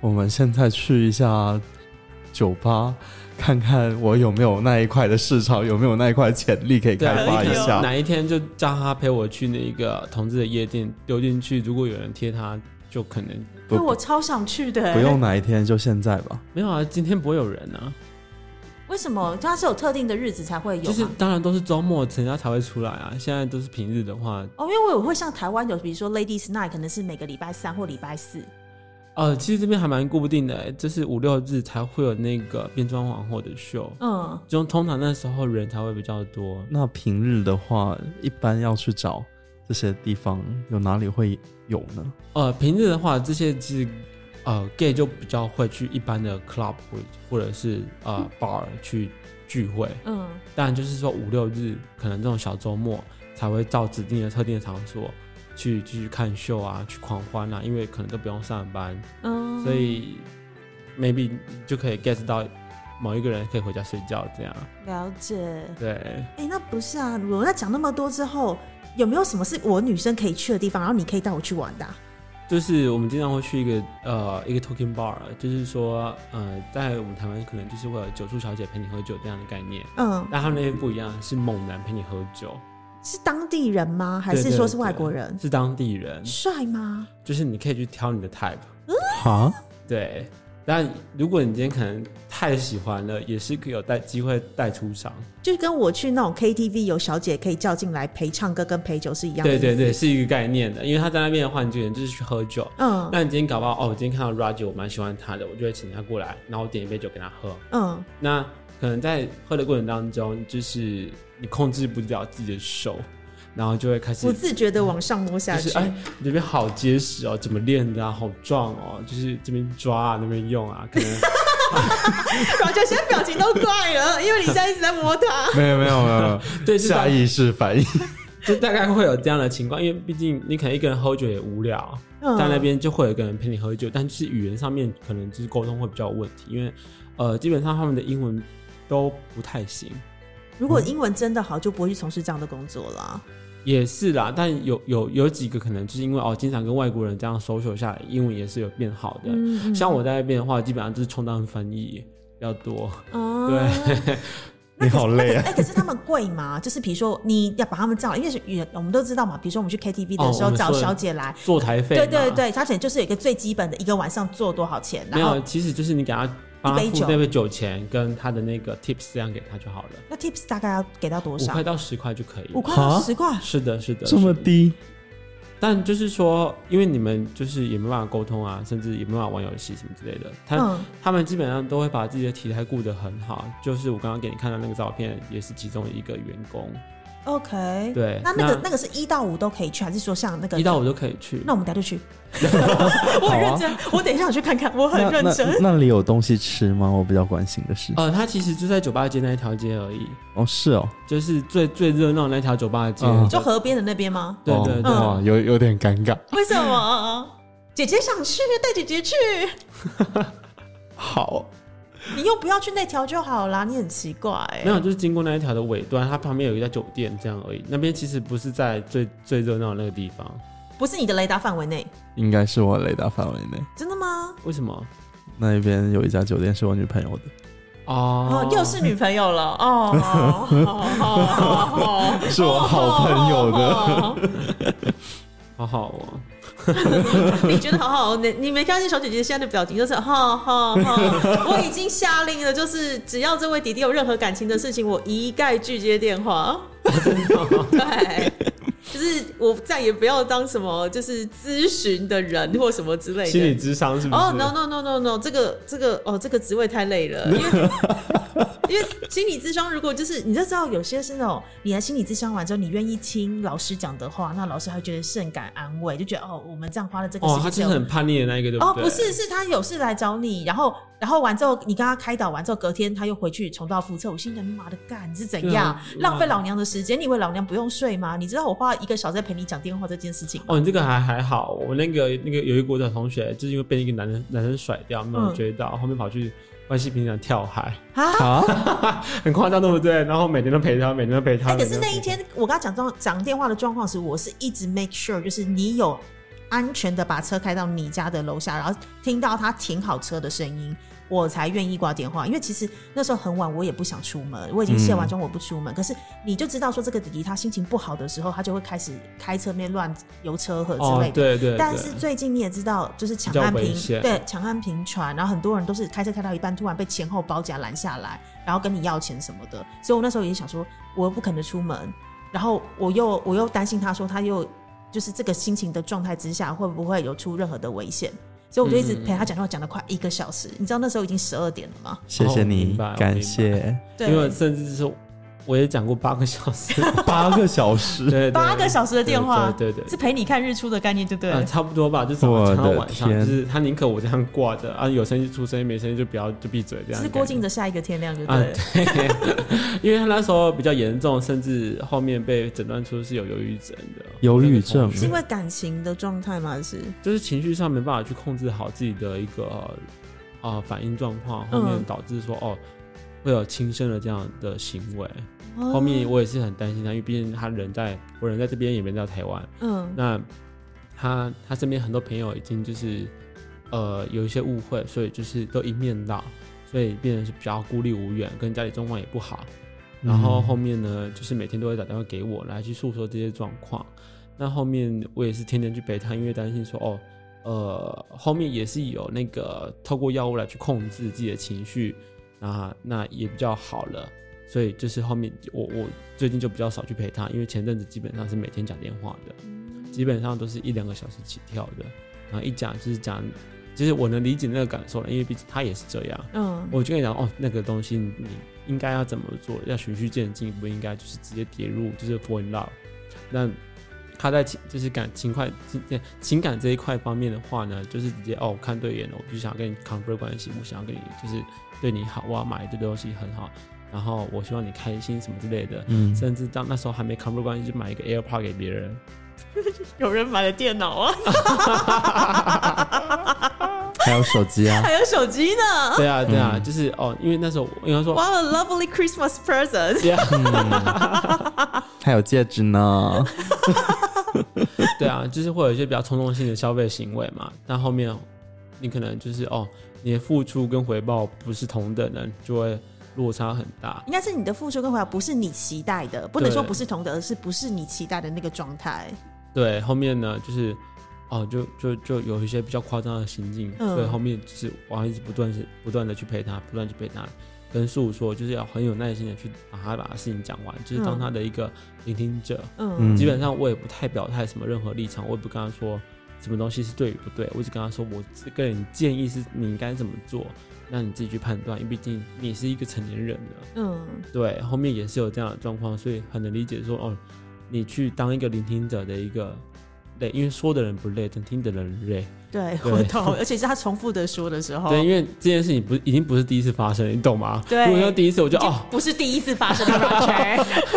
S2: 我们现在去一下酒吧，看看我有没有那一块的市场，有没有那一块潜力可以
S3: 对啊
S2: 开发一
S1: 可以哦
S2: 下。
S3: 哪一天就叫他陪我去那个同志的夜店丢进去，如果有人贴他，就可能
S1: 因
S2: 不
S1: 为我超想去的、欸
S2: 不用，哪一天，就现在吧。
S3: 没有啊，今天不会有人啊，
S1: 为什么？它是有特定的日子才会
S2: 啊
S1: 有吗？
S3: 就是当然都是周末人家才会出来啊，现在都是平日的话，
S1: 哦，因为我有会像台湾有，比如说 Ladies Night，可能是每个礼拜三或礼拜四。
S3: 呃，其实这边还蛮固定的、就是五六日才会有那个变装皇后的秀，
S1: 嗯，
S3: 就通常那时候人才会比较多。
S2: 那平日的话，一般要去找这些地方，有哪里会有呢？
S3: 呃，平日的话，这些其实呃 gay 就比较会去一般的 club 或或者是呃 bar 去聚会，
S1: 嗯
S3: 但就是说五六日可能这种小周末才会到指定的特定的场所去继续看秀啊，去狂欢啊，因为可能都不用上班，
S1: 嗯，
S3: 所以 maybe 你就可以 get 到某一个人可以回家睡觉这样。
S1: 了解。
S3: 对，
S1: 哎、那不是啊！我在讲那么多之后，有没有什么是我女生可以去的地方，然后你可以带我去玩的啊、
S3: 就是我们经常会去一个呃一个 talking bar，就是说呃在我们台湾可能就是会有酒醋小姐陪你喝酒这样的概念，
S1: 嗯，
S3: 但他们那边不一样，是猛男陪你喝酒，
S1: 是当地人吗？还
S3: 对
S1: 是
S3: 对
S1: 说是
S3: 对
S1: 外国人？
S3: 是当地人，
S1: 帅吗？
S3: 就是你可以去挑你的 type。
S2: 哈，
S3: 对，但如果你今天可能太喜欢了，也是可以有带机会带出场。
S1: 就跟我去那种 KTV 有小姐可以叫进来陪唱歌跟陪酒是一样的。
S3: 对对对，，是一个概念的，因为他在那边的话，你就就是去喝酒。
S1: 嗯
S3: 那你今天搞不好哦，我今天看到 Roger，我蛮喜欢他的，我就会请他过来，然后我点一杯酒给他喝。
S1: 嗯，
S3: 那可能在喝的过程当中，就是你控制不了自己的手，然后就会开始
S1: 不自觉的往上摸下
S3: 就
S1: 去。
S3: 是哎，你这边好结实哦，怎么练的啊？好壮哦，就是这边抓啊，那边用啊，可能
S1: 然后就现在表情都怪了，因为你现在一直在摸它。
S2: 没有没有没有，没有
S3: 对，就是
S2: 下意识反应。
S3: 就大概会有这样的情况，因为毕竟你可能一个人喝酒也无聊，
S1: 嗯
S3: 在那边就会有一个人陪你喝酒，但是语言上面可能就是沟通会比较有问题，因为呃，基本上他们的英文都不太行，
S1: 如果英文真的好，就不会去从事这样的工作啦。
S3: 也是啦。但有有有几个可能就是因为哦，经常跟外国人这样 social 下来，英文也是有变好的。
S1: 嗯
S3: 像我在那边的话，基本上就是充当翻译比较多，
S1: 哦
S3: 对。
S2: 你好累
S1: 哎、
S2: 啊！
S1: 可是他们贵吗？就是比如说你要把他们叫来，因为是远，我们都知道嘛。比如说我们去 KTV 的时
S3: 哦我
S1: 候
S3: 们
S1: 找
S3: 说的
S1: 小姐来，
S3: 坐台费
S1: 对
S3: 嘛
S1: 对。对，她可能就是有一个最基本的一个晚上做多少钱，
S3: 没
S1: 然后
S3: 有，其实就是你给他帮他
S1: 一杯
S3: 付
S1: 酒
S3: 那杯酒钱跟他的那个 tips 这样给他就好了，
S1: 那 tips 大概要给到多
S3: 五
S1: 少
S3: 块？到十块就可以了。
S1: 五块
S2: 啊
S1: 到十块，
S3: 是的，是的，
S2: 这么
S3: 是的。
S2: 低，
S3: 但就是说，因为你们就是也没办法沟通啊，甚至也没办法玩游戏什么之类的。他、
S1: 嗯
S3: 他们基本上都会把自己的体态顾得很好，就是我刚刚给你看到那个照片，也是其中一个员工。
S1: ，OK。
S3: 对，
S1: 那那个那个是一到五都可以去，还是说像那个
S3: 一到五都可啊以去。
S1: 那我们等下就 去。 我很认真，我等一下我去看看，我很
S2: 那
S1: 认
S2: 那
S1: 真。
S2: 那里有东西吃吗？我比较关心的是，
S3: 呃，他其实就在酒吧街那一条街而已，
S2: 哦是哦，
S3: 就是最最热闹的那条酒吧街。
S2: 嗯
S1: 就河边的那边吗？
S3: 对对对，
S2: 哦哇有有点尴尬。
S1: 为什么？姐姐想去，带姐姐去，
S2: 好，
S1: 你又不要去那条就好啦。你很奇怪、欸，
S3: 没有，就是经过那一条的尾端，它旁边有一家酒店这样而已。那边其实不是在最最热闹的那个地方，
S1: 不是你的雷达范围内，
S2: 应该是我雷达范围内。
S1: 真的吗？
S3: 为什么？
S2: 那一边有一家酒店是我女朋友的，
S3: 哦
S1: 哦，又是女朋友了哦哦哦哦，哦
S2: 是我好朋友的
S1: 哦哦
S3: 好好哦，
S1: 哦你觉得好好？你你没看见小姐姐现在的表情，就是哈哈哈！我已经下令了，就是只要这位弟弟有任何感情的事情，我一概拒接电话。对，就是我再也不要当什么就是咨询的人或什么之类
S3: 心理
S1: 的。
S3: 智商是不是？
S1: 哦、n o no no no no，这个这个哦，这个职位太累了，因 为因为心理咨商，如果就是你就知道，有些是那种你来心理咨商完之后，你愿意听老师讲的话，那老师还会觉得甚感安慰，就觉得哦，我们这样花了这个时
S3: 哦，
S1: 间，
S3: 他就是很叛逆的那一个，对
S1: 哦，
S3: 对？
S1: 不是，是他有事来找你，然后，然后完之后，你跟他开导完之后，隔天他又回去重蹈覆辙。我心想，你妈的干，你是怎
S3: 对
S1: 样、
S3: 啊
S1: 浪费老娘的时间？你以为老娘不用睡吗？你知道我花一个小时在陪你讲电话这件事情吗？
S3: 哦，你这个还还好，我那个那个有一国的同学，就是因为被一个男生男生甩掉，没有
S1: 嗯
S3: 追到，后面跑去关系平常跳海，
S1: 啊！
S2: 啊，
S3: 很夸张，对不对？然后每天都陪他，每天都陪他。
S1: 哎、可是
S3: 每
S1: 那一
S3: 都陪
S1: 天我跟他讲状讲电话的状况时，我是一直 make sure 就是你有安全的把车开到你家的楼下，然后听到他停好车的声音，我才愿意挂电话。因为其实那时候很晚，我也不想出门，我已经卸
S3: 嗯
S1: 完妆，我不出门。可是你就知道说这个弟弟他心情不好的时候，他就会开始开车面乱游车河
S3: 他
S1: 之
S3: 哦
S1: 类，的。
S3: 对对对，
S1: 但是最近你也知道，就是抢
S3: 比较
S1: 案
S3: 危
S1: 频
S3: 险
S1: 对抢案频传，然后很多人都是开车开到一半，突然被前后包夹拦下来，然后跟你要钱什么的。所以我那时候也想说，我又不可能出门，然后我又我又担心他说他又就是这个心情的状态之下，会不会有出任何的危险？所以我就一
S3: 嗯
S1: 直陪他讲电话，讲了快一个小时。你知道那时候已经十二点了吗？
S2: 谢谢
S3: 哦我明
S2: 你
S3: 白我明，白
S2: 感谢
S3: 因为
S1: 对，
S3: 甚至是我也讲过八个 小时，
S2: 八个小
S3: 对
S2: 时，
S3: 对
S1: 八个小时的
S3: 时
S1: 电话
S3: 对对对
S1: 是陪你看日出的概念，就对了
S3: 呃，。差不多吧，就早上
S2: 我
S3: 到
S2: 的
S3: 晚上，
S2: 天
S3: 就是他宁可我这样挂着啊，有声音就出声音，没声音就不要就闭嘴这样。
S1: 是郭靖的下一个天亮，就对
S3: 啊
S1: 了。，
S3: 对， 因为他那时候比较严重，甚至后面被诊断出是有忧郁症的。
S2: 忧郁症
S3: 那个同学
S1: 是因为感情的状态吗？还是
S3: 就是情绪上没办法去控制好自己的一个啊、呃反应状况，后
S1: 嗯
S3: 面导致说、哦会有轻生的这样的行为。
S1: 嗯
S3: 后面我也是很担心他，因为毕竟他人在我人在这边，也没在台湾。
S1: 嗯
S3: 那他他身边很多朋友已经就是呃有一些误会，所以就是都一面倒，所以变得是比较孤立无援，跟家里状况也不好。然
S2: 嗯
S3: 后后面呢，就是每天都会打电话给我来去诉说这些状况。那后面我也是天天去陪他，因为担心说哦，呃，后面也是有那个透过药物来去控制自己的情绪啊，那也比较好了。所以就是后面我我最近就比较少去陪他，因为前阵子基本上是每天讲电话的，基本上都是一两个小时起跳的，然后一讲就是讲，就是我能理解那个感受了，因为毕竟他也是这样。
S1: 嗯，
S3: 我就跟你讲哦，那个东西你应该要怎么做，要循序渐进，不应该就是直接跌入就是 fall in love。那他在情就是感情块情情感这一块方面的话呢，就是直接哦看对眼了，我就想跟你 convert 关系，我想要跟你就是对你好，我要买这东西很好，然后我希望你开心什么之类的。
S2: 嗯，
S3: 甚至到那时候还没 convert 关系，就买一个 AirPod 给别人，
S1: 有人买了电脑啊，
S2: 还有手机啊，
S1: 还有手机呢。
S3: 对啊对啊，就是哦，因为那时候我应该说
S1: What a lovely Christmas present！
S3: 对啊
S2: 还有戒指呢，
S3: 对啊，就是会有一些比较冲动性的消费行为嘛。但后面你可能就是哦，你的付出跟回报不是同等的，就会落差很大。
S1: 应该是你的付出跟回报不是你期待的，不能
S3: 对
S1: 说不是同的，而是不是你期待的那个状态。
S3: 对，后面呢就是哦，就就就有一些比较夸张的行径，
S1: 嗯
S3: 所以后面就是我要一直不断是不断的去陪他，不断地去陪他。跟诉说，就是要很有耐心的去把他把事情讲完，就是当
S1: 嗯
S3: 他的一个聆听者。
S1: 嗯
S2: 嗯，
S3: 基本上我也不太表态什么任何立场，我也不跟他说什么东西是对与不对，我只跟他说我这个人建议是你应该怎么做，那你自己去判断，因为毕竟你是一个成年人了。
S1: 嗯
S3: 对，后面也是有这样的状况，所以很能理解说哦，你去当一个聆听者的一个累，因为说的人不累，但听的人累。
S1: 对，
S3: 对
S1: 我懂，而且是他重复的说的时候，
S3: 对，因为这件事情不已经不是第一次发生了，你懂吗？
S1: 对
S3: 如果要第一次，我就
S1: 就
S3: 哦，
S1: 不是第一次发生的 Roger。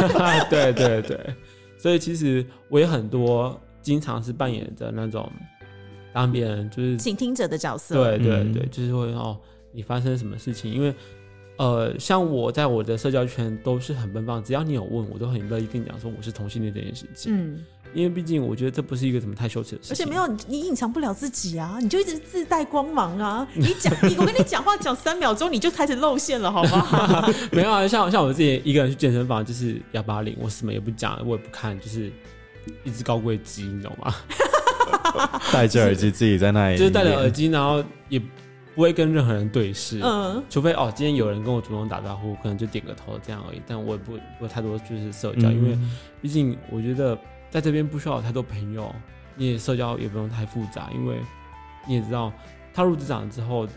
S3: 对对对，所以其实我也很多，经常是扮演着那种当别人就是
S1: 倾听者的角色。
S3: 对对对，
S2: 嗯
S3: 就是会哦，你发生什么事情？因为呃，像我在我的社交圈都是很奔放，只要你有问，我都很乐意跟你讲说我是同性恋这件事情。
S1: 嗯，
S3: 因为毕竟我觉得这不是一个什么太羞耻的事
S1: 而且
S3: 情，
S1: 没有你隐藏不了自己啊，你就一直自带光芒啊。你讲，你我跟你讲话讲三秒钟，你就开始露馅了，好吗？
S3: 没有啊，像像我自己一个人去健身房，就是幺八零，我什么也不讲，我也不看，就是一只高贵鸡，你懂吗？
S2: 戴着耳机自己在那里，
S3: 就是戴着耳，机，然后也不会跟任何人对视，
S1: 嗯，
S3: 除非哦，今天有人跟我主动打招呼，可能就点个头这样而已，但我也不不会太多就是社
S2: 嗯
S3: 交，因为毕竟我觉得在这边不需要有太多朋友，你也社交也不用太复杂，因为你也知道，踏入职场之后，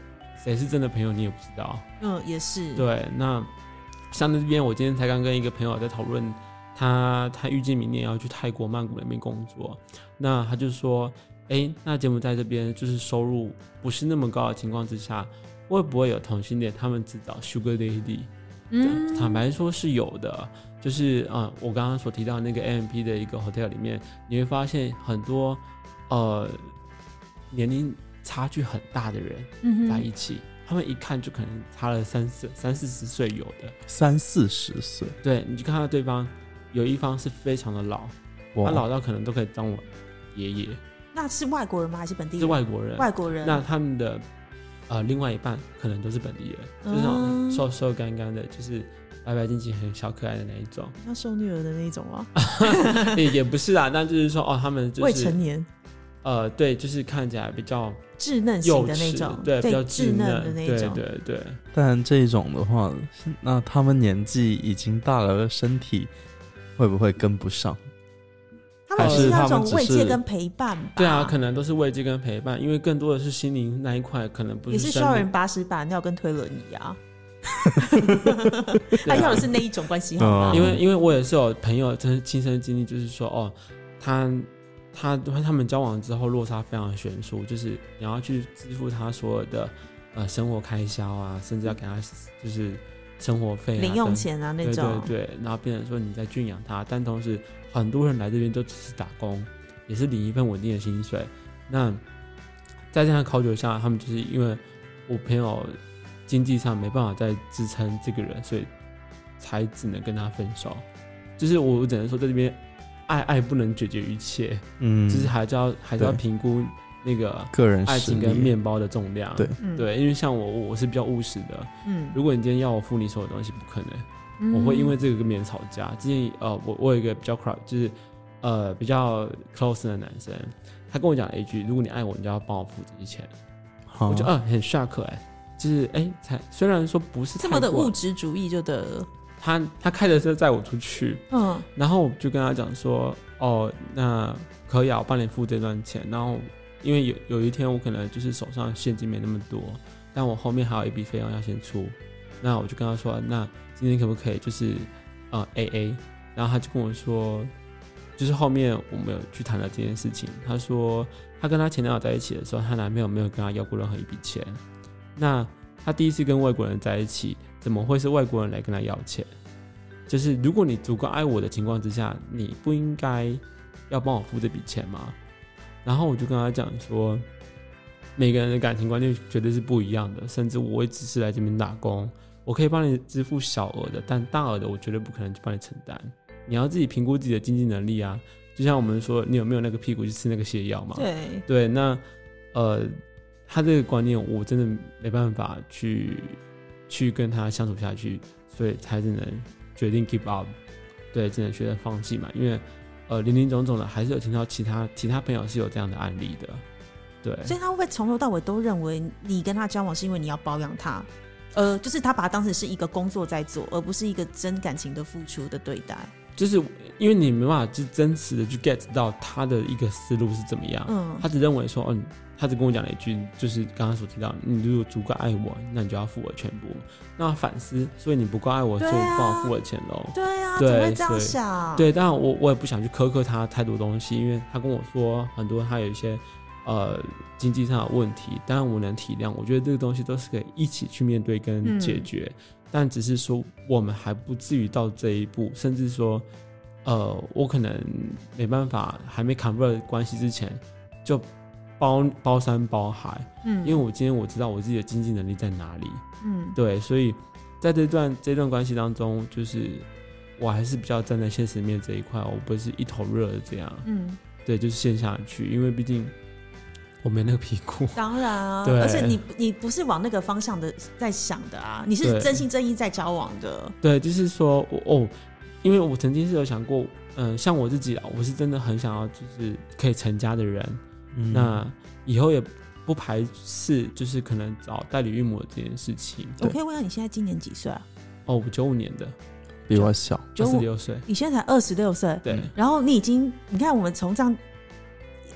S3: 谁是真的朋友你也不知道。
S1: 嗯，也是。
S3: 对，那像那边，我今天才刚跟一个朋友在讨论他，他预计明年要去泰国曼谷那边工作，那他就说，哎，那柬埔寨这边就是收入不是那么高的情况之下，会不会有同性恋他们只找 Sugar Daddy？
S1: 嗯，
S3: 坦白说是有的，就是啊、呃我刚刚所提到那个 AMP 的一个 hotel 里面，你会发现很多呃年龄差距很大的人
S1: 嗯
S3: 在
S1: 哼
S3: 一起，他们一看就可能差了三四三四十岁有的，
S2: 三四十岁，
S3: 对，你就看到对方有一方是非常的老，他
S2: 哇，
S3: 老到可能都可以当我爷爷，
S1: 那是外国人吗？还是本地
S3: 是
S1: 人？
S3: 外国人，
S1: 外国人。
S3: 那他们的呃另外一半可能都是本地人，就是那
S1: 嗯
S3: 种瘦瘦干干的，就是白白净净、很小可爱的那一种。
S1: 要受虐儿的那一种吗？
S3: 也也不是啦，那就是说哦，他们就
S1: 未
S3: 是
S1: 成年、
S3: 呃，对，就是看起来比较
S1: 稚嫩型
S3: 幼
S1: 的那种
S3: 稚，，对，比较稚
S1: 稚嫩的那一种。
S3: 对对对，
S2: 但这种的话，那他们年纪已经大了，身体会不会跟不上？
S1: 他们
S2: 还
S1: 只是
S2: 是
S1: 那
S2: 他们
S1: 种
S2: 只
S1: 慰藉
S2: 是
S1: 跟陪伴吧。
S3: 对啊，可能都是慰藉跟陪伴，因为更多的是心灵那一块，可能不
S1: 也
S3: 是
S1: 是需
S3: 生
S1: 要
S3: 理
S1: 人把屎把尿跟推轮椅啊，
S3: 对
S1: 他
S3: 啊哦
S1: 要的是那一种关系好吗？
S2: 嗯
S3: 因为因为我也是有朋友真是亲身经历，就是说哦，他他他们交往之后落差非常悬殊，就是你要去支付他所有的呃生活开销啊，甚至要给他就是生活费、啊、
S1: 零用
S3: 等
S1: 钱啊那
S3: 对
S1: 种
S3: 对，对，然后变成说你在圈养他，但同时很多人来这边都只是打工，也是领一份稳定的薪水。那在这样的考究下，他们就是因为我朋友经济上没办法再支撑这个人，所以才只能跟他分手。就是我只能说在这边，爱爱不能解决一切，
S2: 嗯，
S3: 就是还是要还是要
S2: 对
S3: 评估那个
S2: 个人
S3: 爱
S2: 实
S3: 情
S2: 力
S3: 跟面包的重量。
S2: 对
S1: 嗯，
S3: 对，因为像我我是比较务实的，
S1: 嗯，
S3: 如果你今天要我付你所有东西，不可能。
S1: 嗯
S3: 我会因为这个跟别人吵架。之前呃，我我有一个比较 close，就是呃比较 close 的男生，他跟我讲了一句：“如果你爱我，你就要帮我付这些钱。
S2: 好
S3: 我
S1: 哦
S3: 就呃很 shock 哎、就是哎、才虽然说不是
S1: 这么
S3: 太
S1: 的
S3: 过
S1: 物质主义就得了，
S3: 他他开着车载我出去，
S1: 嗯
S3: 然后我就跟他讲说：“哦，那可以啊，我帮你付这段钱。”然后因为有有一天我可能就是手上现金没那么多，但我后面还有一笔费用要先出，那我就跟他说：“那今天可不可以就是呃 A A？” 然后他就跟我说，就是后面我们有去谈了这件事情。他说他跟他前男友在一起的时候，她男朋友没有跟他要过任何一笔钱。那他第一次跟外国人在一起，怎么会是外国人来跟他要钱？就是如果你足够爱我的情况之下，你不应该要帮我付这笔钱吗？然后我就跟他讲说，每个人的感情观念绝对是不一样的，甚至我也只是来这边打工，我可以帮你支付小额的，但大额的我绝对不可能去帮你承担。你要自己评估自己的经济能力啊，就像我们说，你有没有那个屁股去吃那个泻药嘛？
S1: 对，
S3: 对，那呃，他这个观念我真的没办法去去跟他相处下去，所以才只能决定 give up，对，只能决定放弃嘛，因为呃林林总总的还是有听到其他其他朋友是有这样的案例的，对，
S1: 所以他会不会从头到尾都认为你跟他交往是因为你要包养他？呃，就是他把他当成是一个工作在做，而不是一个真感情的付出的对待。
S3: 就是因为你没办法去真实的去 get 到他的一个思路是怎么样，
S1: 嗯
S3: 他只认为说，嗯、他只跟我讲了一句，就是刚刚所提到，你如果足够爱我，那你就要付我全部。那反思，所以你不够爱我，
S1: 对
S3: 所
S1: 啊
S3: 以你帮我付我钱喽。
S1: 对啊，
S3: 对
S1: 怎么会这样
S3: 所以
S1: 想？
S3: 对，当然我我也不想去苛刻他太多东西，因为他跟我说很多他有一些呃经济上的问题，当然我能体谅，我觉得这个东西都是可以一起去面对跟解
S1: 嗯
S3: 决，但只是说我们还不至于到这一步，甚至说呃我可能没办法，还没 convert 关系之前就包包山包海，
S1: 嗯
S3: 因为我今天我知道我自己的经济能力在哪里，
S1: 嗯
S3: 对，所以在这段这段关系当中，就是我还是比较站在现实面这一块，我不是一头热的这样，
S1: 嗯，
S3: 对，就是陷下去，因为毕竟我没那个屁股，
S1: 当然啊，
S3: 对
S1: 而且你你不是往那个方向的在想的啊，你是
S3: 对
S1: 真心真意在交往的，
S3: 对，就是说我哦，因为我曾经是有想过，嗯、像我自己啊，我是真的很想要就是可以成家的人，
S2: 嗯
S3: 那以后也不排斥就是可能找代理孕母这件事情。
S1: 我可以问一下你现在今年几岁啊？
S3: 哦，我九五年的，
S2: 比我小，
S1: 九
S3: 二十
S1: 五，
S3: 六岁，
S1: 你现在才二十六岁，
S3: 对，
S2: 嗯
S1: 然后你已经，你看我们从这样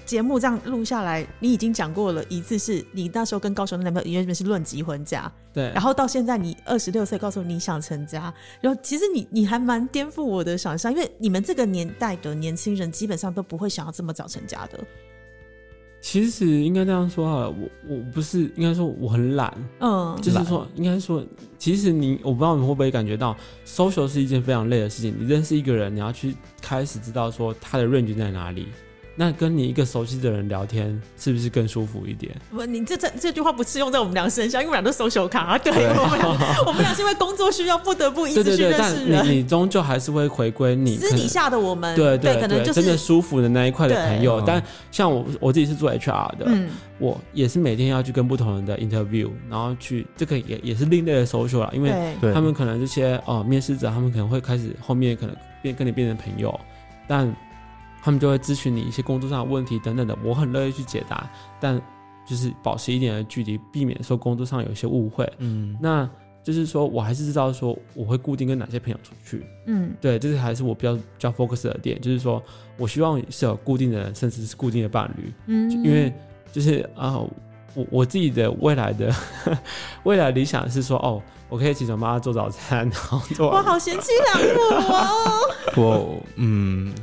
S1: 节目这样录下来，你已经讲过了一次，是你那时候跟高雄的男朋友原本是论及婚嫁，
S3: 对，
S1: 然后到现在你二十六岁，告诉你想成家，然后其实你你还蛮颠覆我的想象，因为你们这个年代的年轻人基本上都不会想要这么早成家的，
S3: 其实应该这样说好了，我我不是应该说我很懒，
S1: 嗯，
S3: 就是说应该说，其实你我不知道你会不会感觉到，social 是一件非常累的事情。你认识一个人，你要去开始知道说他的 range 在哪里，那跟你一个熟悉的人聊天是不是更舒服一点？
S1: 不，你这这这句话不适用在我们俩身上，因为我们俩都 手手卡啊，对我们俩，我们俩是因为工作需要不得不一
S3: 对
S1: 直
S3: 对
S1: 去
S3: 对，
S1: 认识
S3: 但你
S1: 人。
S3: 你终究还是会回归你
S1: 私
S3: 可能
S1: 底下的我们，
S3: 对对
S1: 可能就
S3: 真的
S1: 是
S3: 舒服的那一块的朋友
S2: 对。
S3: 但像我我自己是做 HR 的，
S1: 嗯，
S3: 我也是每天要去跟不同人的 interview，然后去这个也也是另类的 social 啦，因为
S1: 对，
S2: 对
S3: 他们可能这些哦、呃面试者，他们可能会开始后面可能变跟你变成朋友，但他们就会咨询你一些工作上的问题等等的，我很乐意去解答，但就是保持一点的距离，避免说工作上有一些误会。
S2: 嗯，
S3: 那就是说我还是知道说我会固定跟哪些朋友出去，
S1: 嗯
S3: 对，这是还是我比较比较 focus 的点，就是说我希望是有固定的人，甚至是固定的伴侣，
S1: 嗯
S3: 就因为就是啊、我我自己的未来的 未来理想是说，哦，我可以起床帮他做早餐，然后做
S1: 我
S3: 完
S1: 好啊贤妻良母 哦！
S2: 我嗯，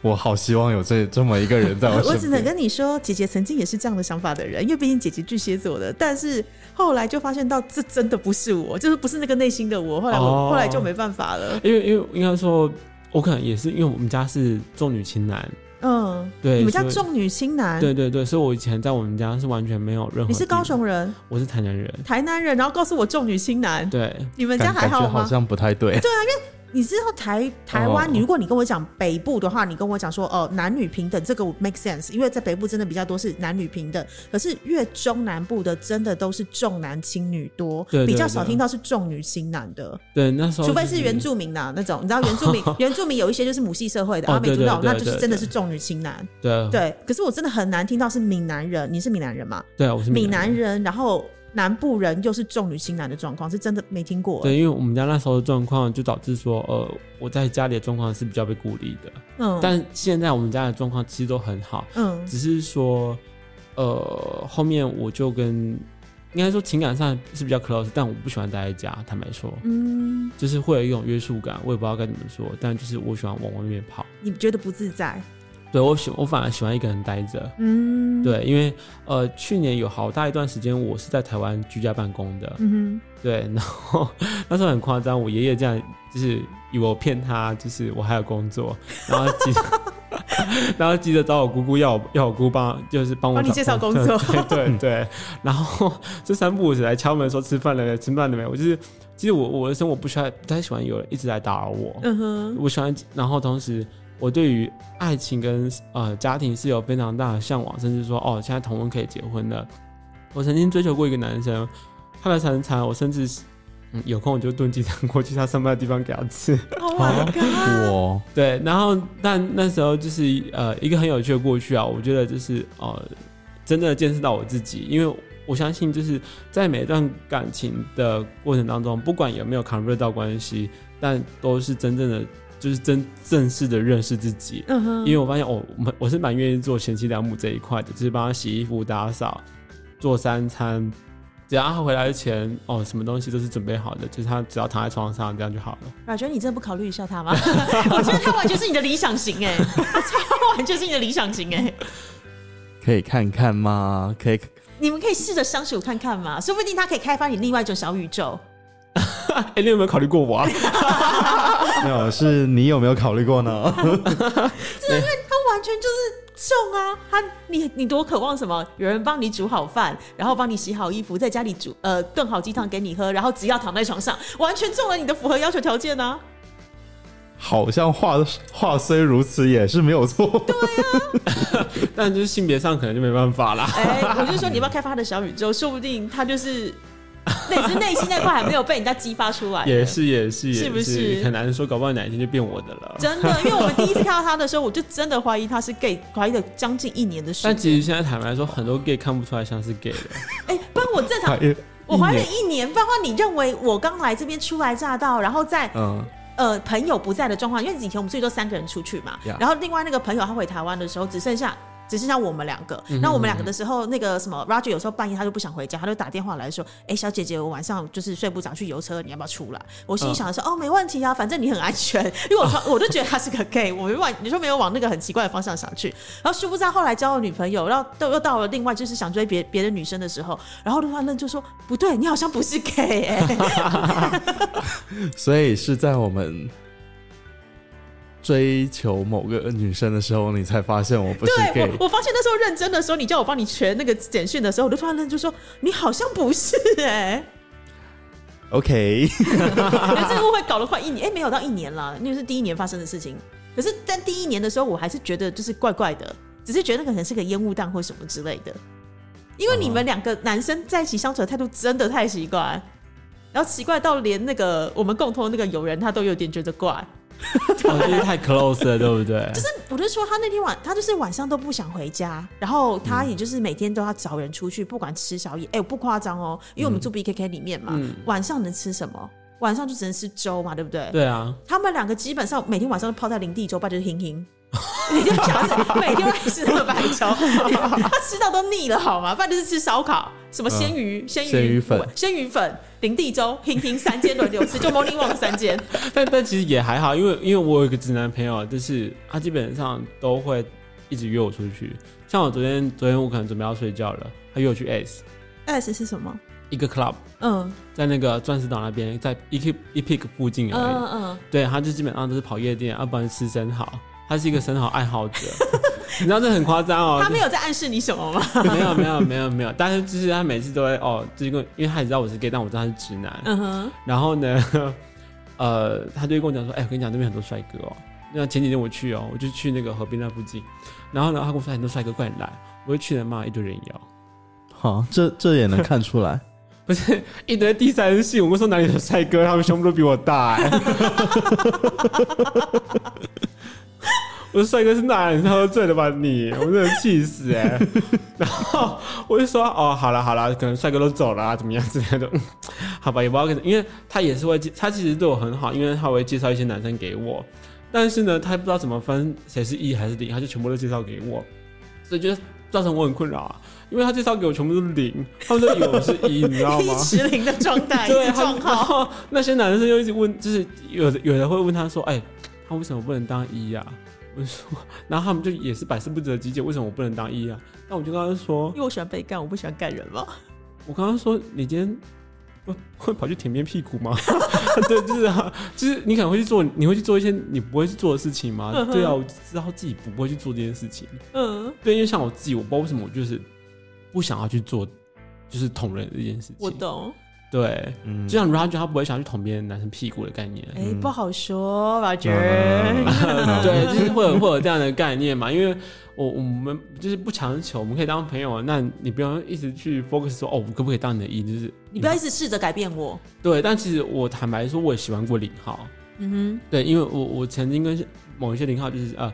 S2: 我好希望有这这么一个人在我
S1: 我只
S2: 身
S1: 能
S2: 边。
S1: 跟你说，姐姐曾经也是这样的想法的人，因为毕竟姐姐巨蟹座的，但是后来就发现到这真的不是我，就是不是那个内心的我。后来我、
S3: 哦
S1: 后来就没办法了。
S3: 因为因为应该说，我可能也是因为我们家是重女轻男，
S1: 嗯，
S3: 对，
S1: 你们家
S3: 所以。
S1: 重女轻男，
S3: 对对对，所以我以前在我们家是完全没有任何。
S1: 你是高，雄人、
S3: 我是台南人。
S1: 台南人，然后告诉我重女轻男，
S3: 对，
S1: 你们家
S2: 感
S1: 还
S2: 感觉好
S1: 吗？
S2: 像不太对，
S1: 你知道台台湾，
S3: 哦
S1: 你如果你跟我讲北部的话，你跟我讲说哦男女平等，这个我 make sense，因为在北部真的比较多是男女平等，可是越中南部的真的都是重男轻女多，
S3: 对对
S1: 比较少听到是重女轻男的，
S3: 对，那时候
S1: 除非
S3: 就是
S1: 原住民的、啊那种，你 知道原住民原住民有一些就是母系社会的，
S3: 哦
S1: 阿美
S3: 对
S1: 族
S3: 对
S1: 那种，
S3: 对
S1: 那
S3: 对
S1: 就是
S3: 对
S1: 真的是重女轻男，
S3: 对
S1: 对。可是我真的很难听到是闽南人，你是闽南人吗？
S3: 对，我是
S1: 闽南人，然后南部人又是重女轻男的状况，是真的没听过。欸
S3: 对，因为我们家那时候的状况就导致说，呃，我在家里的状况是比较被孤立的。
S1: 嗯，
S3: 但现在我们家的状况其实都很好，
S1: 嗯
S3: 只是说，呃，后面我就跟，应该说情感上是比较 close，但我不喜欢待在家，坦白说，
S1: 嗯，
S3: 就是会有一种约束感，我也不知道该怎么说，但就是我喜欢往外面跑。
S1: 你觉得不自在？
S3: 对我喜，我反而喜欢一个人待着。
S1: 嗯，，
S3: 对，因为呃，去年有好大一段时间我是在台湾居家办公的，
S1: 嗯
S3: 对，然后 那时候很夸张，我爷爷这样就是以为我骗他，就是我还有工作，然后急着， 然后急着找我姑姑要我要我姑帮，就是帮我
S1: 帮你
S3: 找
S1: 介绍工作
S3: 对 对对，然后这三不五时来敲门说吃饭了没，吃饭了没，我就是其实我我的生活不喜欢不太喜欢有人一直来打扰我，
S1: 哼，嗯哼，
S3: 我喜欢，然后同时我对于爱情跟呃家庭是有非常大的向往，甚至说哦，现在同婚可以结婚了。我曾经追求过一个男生，他来常常我甚至是嗯有空我就炖鸡蛋过去他上班的地方给他吃。
S1: ，Oh my god，
S2: 我
S3: 对，然后但那时候就是呃一个很有趣的过去啊，我觉得就是呃真的见识到我自己，因为我相信就是在每段感情的过程当中，不管有没有 convert 到关系，但都是真正的就是真正式的认识自己。
S1: 嗯哼，
S3: 因为我发现哦我我我是蛮愿意做贤妻良母这一块的，就是帮他洗衣服、打扫、做三餐，只要他回来前哦什么东西都是准备好的，就是他只要躺在床上这样就好了。
S1: 阮觉得你真的不考虑一下 他吗？我觉得他完全是你的理想型 哎，他完全是你的理想型哎，
S2: 可以看看吗？可以
S1: 你们可以试着相处看看嘛，说不定他可以开发你另外一种小宇宙。
S3: 哎、你有没有考虑过我啊？
S2: 没有？是你有没有考虑过呢？
S1: 他完全就是重啊！他你你多渴望什么？有人帮你煮好饭，然后帮你洗好衣服，在家里煮呃炖好鸡汤给你喝，然后只要躺在床上，完全中了你的符合要求条件啊！
S2: 好像话话虽如此，也是没有错。
S3: 但就是性别上可能就没办法啦。
S1: 哎、我就说你要不要开发他的小宇宙？说不定他就是那只是内心那块还没有被人家激发出来。
S3: 也是也是也
S1: 哎是不是
S3: 很难说，搞不好哪一天就变我的了。
S1: 真的，因为我们第一次看到他的时候，我就真的怀疑他是 gay，怀疑了将近一年的时
S3: 但其
S1: 间。
S3: 实现在坦白说，很多 gay 看不出来像是 gay 的，
S1: 哎、不然我正
S2: 啊
S1: 常，我怀疑了一年，不然的话你认为我刚来这边初来乍到，然后在
S2: 嗯，
S1: 呃朋友不在的状况，因为以前我们最多三个人出去嘛
S2: Yeah.
S1: 然后另外那个朋友他回台湾的时候只剩下。只剩下我们两个，那我们两个的时候，那个什么 Roger 有时候半夜他就不想回家，他就打电话来说：“哎、小姐姐，我晚上就是睡不着，去游车，你要不要出来？”我心里想的说：“哦，没问题啊，反正你很安全。”因为我说我就觉得他是个 gay，我没往你说没有往那个很奇怪的方向想去。然后殊不知他后来交了女朋友，然后都又到了另外就是想追别别的女生的时候，然后突然愣就说：“不对，你好像不是 gay 哎、
S2: 所以是在我们追求某个女生的时候，你才发现我不是 gay
S1: 对我，我 发现那时候认真的时候，你叫我帮你全那个简讯的时候，我就突然认就说你好像不是哎、
S2: OK，啊
S1: 欸，这个误会搞了快一年，哎、没有到一年啦，那是第一年发生的事情。可是，但第一年的时候，我还是觉得就是怪怪的，只是觉得那可能是个烟雾弹或什么之类的。因为你
S2: 嗯
S1: 们两个男生在一起相处的态度真的太奇怪，然后奇怪到连那个我们共同的那个友人他都有点觉得怪。
S3: 我觉得哦太 close 了，对不对？就是
S1: 我就说他那天晚，他就是晚上都不想回家，然后他也就是每天都要找人出去，不管吃宵夜，哎、我不夸张哦，因为我们住 BKK 里面嘛，
S3: 嗯
S1: 晚上能吃什么？晚上就只能吃粥嘛，对不对？
S3: 对啊，
S1: 他们两个基本上每天晚上都泡在林地粥，不然就是hin hin。你就想是 每天都在吃那个白粥，他吃到都腻了好吗？不然就是吃烧烤，什么鲜鱼、鲜、
S2: 鲜
S1: 鱼
S2: 鱼粉、
S1: 鲜鱼粉、林地粥、hin hin 三间轮流吃，就 Morning Walk 三间。
S3: 但但其实也还好，因为因为我有一个直男朋友，就是他基本上都会一直约我出去。像我昨天，昨天我可能准备要睡觉了，他约我去 S
S1: S 哎是什么？
S3: 一个 club，
S1: 嗯
S3: 在那个钻石岛那边，在 E P E Pick 附近
S1: 嗯
S3: 而已。
S1: 嗯嗯，
S3: 对，他就基本上都是跑夜店，要、啊不然吃生蚝。他是一个生蚝爱好者，你知道这很夸张哦。
S1: 他没有在暗示你什么吗？
S3: 没有没有没有没有，但是就是他每次都会哦，就是跟我因为他也知道我是 gay，但我知道他是直男。
S1: 嗯哼。
S3: 然后呢， 呃，他就会跟我讲说，哎、我跟你讲那边很多帅哥哦。那前几天我去哦，我就去那个河边那附近，然后呢，他跟我说很多帅哥快点来，我就去了嘛，一堆人妖，
S2: 好，这这也能看出来。
S3: 不是一堆第三世，我们说哪里有帅哥，他们胸部都比我大、哎我说帅哥是哪人？他喝醉了吧你？我真的气死哎、然后我就说哦，好了好了，可能帅哥都走了、啊，怎么样之类的。嗯好吧，也不知道跟，因为他也是会介，他其实对我很好，因为他会介绍一些男生给我，但是呢，他不知道怎么分谁是一还是零，他就全部都介绍给我，所以就造成我很困扰啊，因为他介绍给我全部都是零，他们都以为我是一，你知 道
S1: 一
S3: 吗？
S1: 直零的状 态，一
S3: 对，
S1: 直
S3: 他
S1: 状
S3: 们然
S1: 况。
S3: 后那些男生又一直问，就是有的有的会问他说，哎、他为什么不能当一啊？我就说，然后他们就也是百思不得其解，为什么我不能当一啊？那我就跟他说
S1: 因，为我喜欢被干，我不喜欢干人嘛。
S3: 我刚刚说你今天会 会跑去舔别人屁股吗？ 对，就是啊，就是你可能会去做，你会去做一些你不会去做的事情吗？
S1: 嗯哼
S3: 对啊，我就知道自己不会去做这件事情。
S1: 嗯，
S3: 对，因为像我自己，我不知道为什么我就是不想要去做，就是捅人这件事情。
S1: 我懂。
S3: 对，
S2: 嗯
S3: 就，像 Roger 他不会想去捅别人男生屁股的概念。
S1: 哎、
S2: 嗯
S1: 不好说
S2: 嗯
S1: ，Roger。
S3: 对，就是会有会有这样的概念嘛，因为我我们就是不强求，我们可以当朋友啊。那你不要一直去 focus 说哦，我可不可以当你的一，就是
S1: 你不要一直试着改变我。
S3: 对。但其实我坦白说，我也喜欢过零号，
S1: 嗯
S3: 对，因为我我曾经跟某一些零号就是呃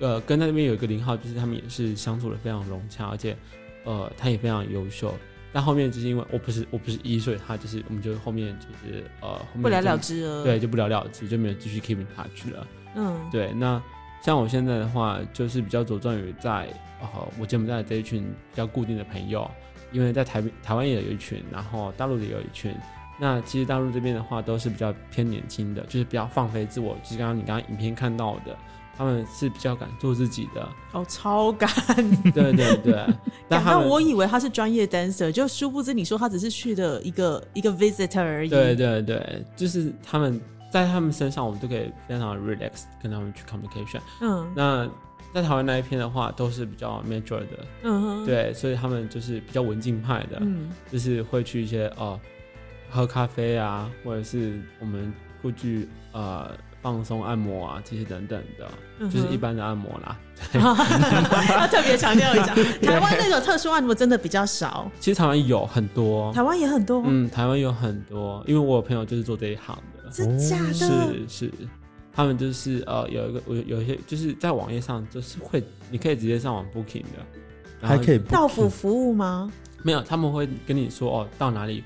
S3: 呃跟那边有一个零号，就是他们也是相处的非常融洽，而且呃他也非常优秀。但后面就是因为我不是我不是一，所以他就是我们就后面就是呃后
S1: 哼，
S3: 面
S1: 不了
S3: 就
S1: 了之了。
S3: 对，，就不了了之，就没有继续 keep in touch 了。
S1: 嗯，
S3: 对，那像我现在的话，就是比较着重于在呃我柬埔寨这一群比较固定的朋友，因为在台台湾也有一群，然后大陆也有一群。那其实大陆这边的话，都是比较偏年轻的，就是比较放飞自我，就是刚刚你刚刚影片看到的，他们是比较敢做自己的，
S1: 哦，超敢，
S3: 对对 对。但
S1: 敢
S3: 他
S1: 到
S3: 们
S1: 我以为他是专业 dancer，就殊不知你说他只是去的一个一个 visitor 而已。
S3: 对对对，就是他们在他们身上，我们都可以非常 relax 跟他们去 communication。
S1: 嗯，
S3: 那在台湾那一片的话，都是比较 major 的，
S1: 嗯哼，，
S3: 对，啊所以他们就是比较文静派的，
S1: 嗯
S3: 就是会去一些哦、喝咖啡啊，或者是我们过去呃放松按摩啊这些等等的，
S1: 嗯哼
S3: 就是一般的按摩啦。
S1: 要特别强调一 下，台湾那种特殊按摩真的比较少，
S3: 其实台湾有很多，
S1: 台湾也很多，
S3: 哦嗯，台湾有很多，因为我有朋友就是做这一行的，
S1: 真假的？
S3: 哦是是，他们就是呃有一个有有一些就是在网页上就是会，你可以直接上网 booking 的，然
S2: 还
S3: 后
S2: 可以不
S1: 到府服务吗？
S3: 没有，他们会跟你说哦，到哪里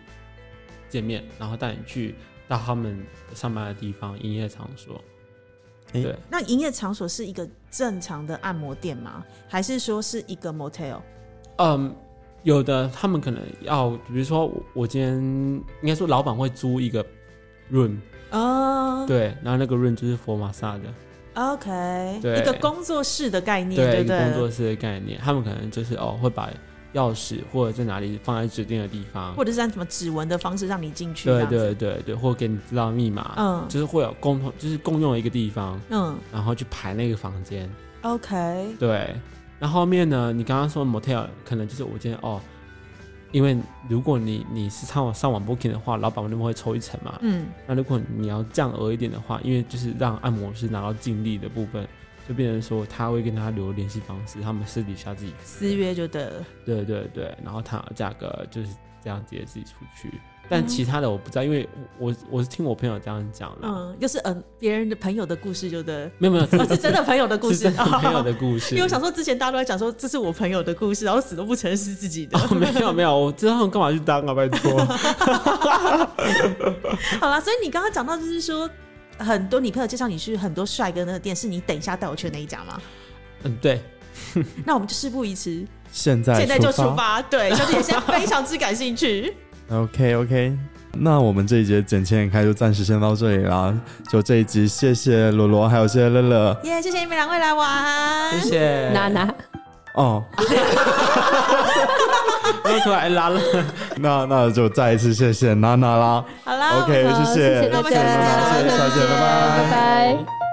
S3: 见面，然后带你去到他们上班的地方营业场所。
S2: 诶
S3: 对，
S1: 那营业场所是一个正常的按摩店吗？还是说是一个 motel？
S3: 嗯，有的他们可能要，比如说我我今天应该说老板会租一个 room，
S1: 哦，
S3: 对，然后那个 room 就是佛马萨的，
S1: ，OK，
S3: 对
S1: 一个工作室的概念，
S3: 对，
S1: 对
S3: 一
S1: 不
S3: 个
S1: 对？
S3: 工作室的概念，他们可能就是哦会把钥匙或者在哪里放在指定的地方
S1: 或，者是按什么指纹的方式让你进去，这
S3: 对
S1: 样子
S3: 对，对对，或给你知道密码，
S1: 嗯
S3: 就是会有共同就是共用一个地方，
S1: 嗯
S3: 然后去排那个房间。
S1: ，OK，
S3: 对，然后后面呢，你刚刚说 motel 可能就是我今天哦，因为如果你你是上网上网 booking 的话，老板那边会抽一层嘛。
S1: 嗯，
S3: 那如果你要降额一点的话，因为就是让按摩师拿到净利的部分，就变成说他会跟他留联系方式，他们私底下自己
S1: 私约就对了，
S3: 对对对，然后他价格就是这样直接自己出去。
S1: 嗯
S3: 但其他的我不知道，因为我我我是听我朋友这样讲啦，
S1: 嗯，又是嗯别人的朋友的故事，就对了，
S3: 没有没有，
S1: 哦，是真的朋友的故
S3: 是
S1: 事，哦
S3: 真的朋友的故事。
S1: 因为我想说，之前大家都在讲说这是我朋友的故事，然后死都不承认是自己的。
S3: 哦，没有没有，我知道他们干嘛去当啊，拜托。
S1: 好啦，所以你刚刚讲到就是说，很多你朋友介绍你去很多帅哥那个店，是你等一下带我去的那一家吗？
S3: 嗯，对，
S1: 那我们就事不宜迟，
S2: 现在
S1: 现在就出发。对，小姐现在非常之感兴趣。
S2: OK OK，那我们这一节剪切眼开就暂时先到这里啦。就这一集，谢谢罗罗，还有谢谢乐乐。
S1: 耶、谢谢你们两位来玩
S3: 谢。谢。
S4: 娜娜，
S2: 哦，
S3: 又出来哎拉了。
S2: 那那就再一次谢谢娜娜啦。
S1: 好啦
S2: OK，
S1: 我们
S2: 谢谢
S4: 谢谢
S1: 那
S4: 大
S1: 我们
S4: 家，
S1: 下次见
S2: 谢谢
S1: 拜
S2: 小姐，拜拜
S4: 拜拜。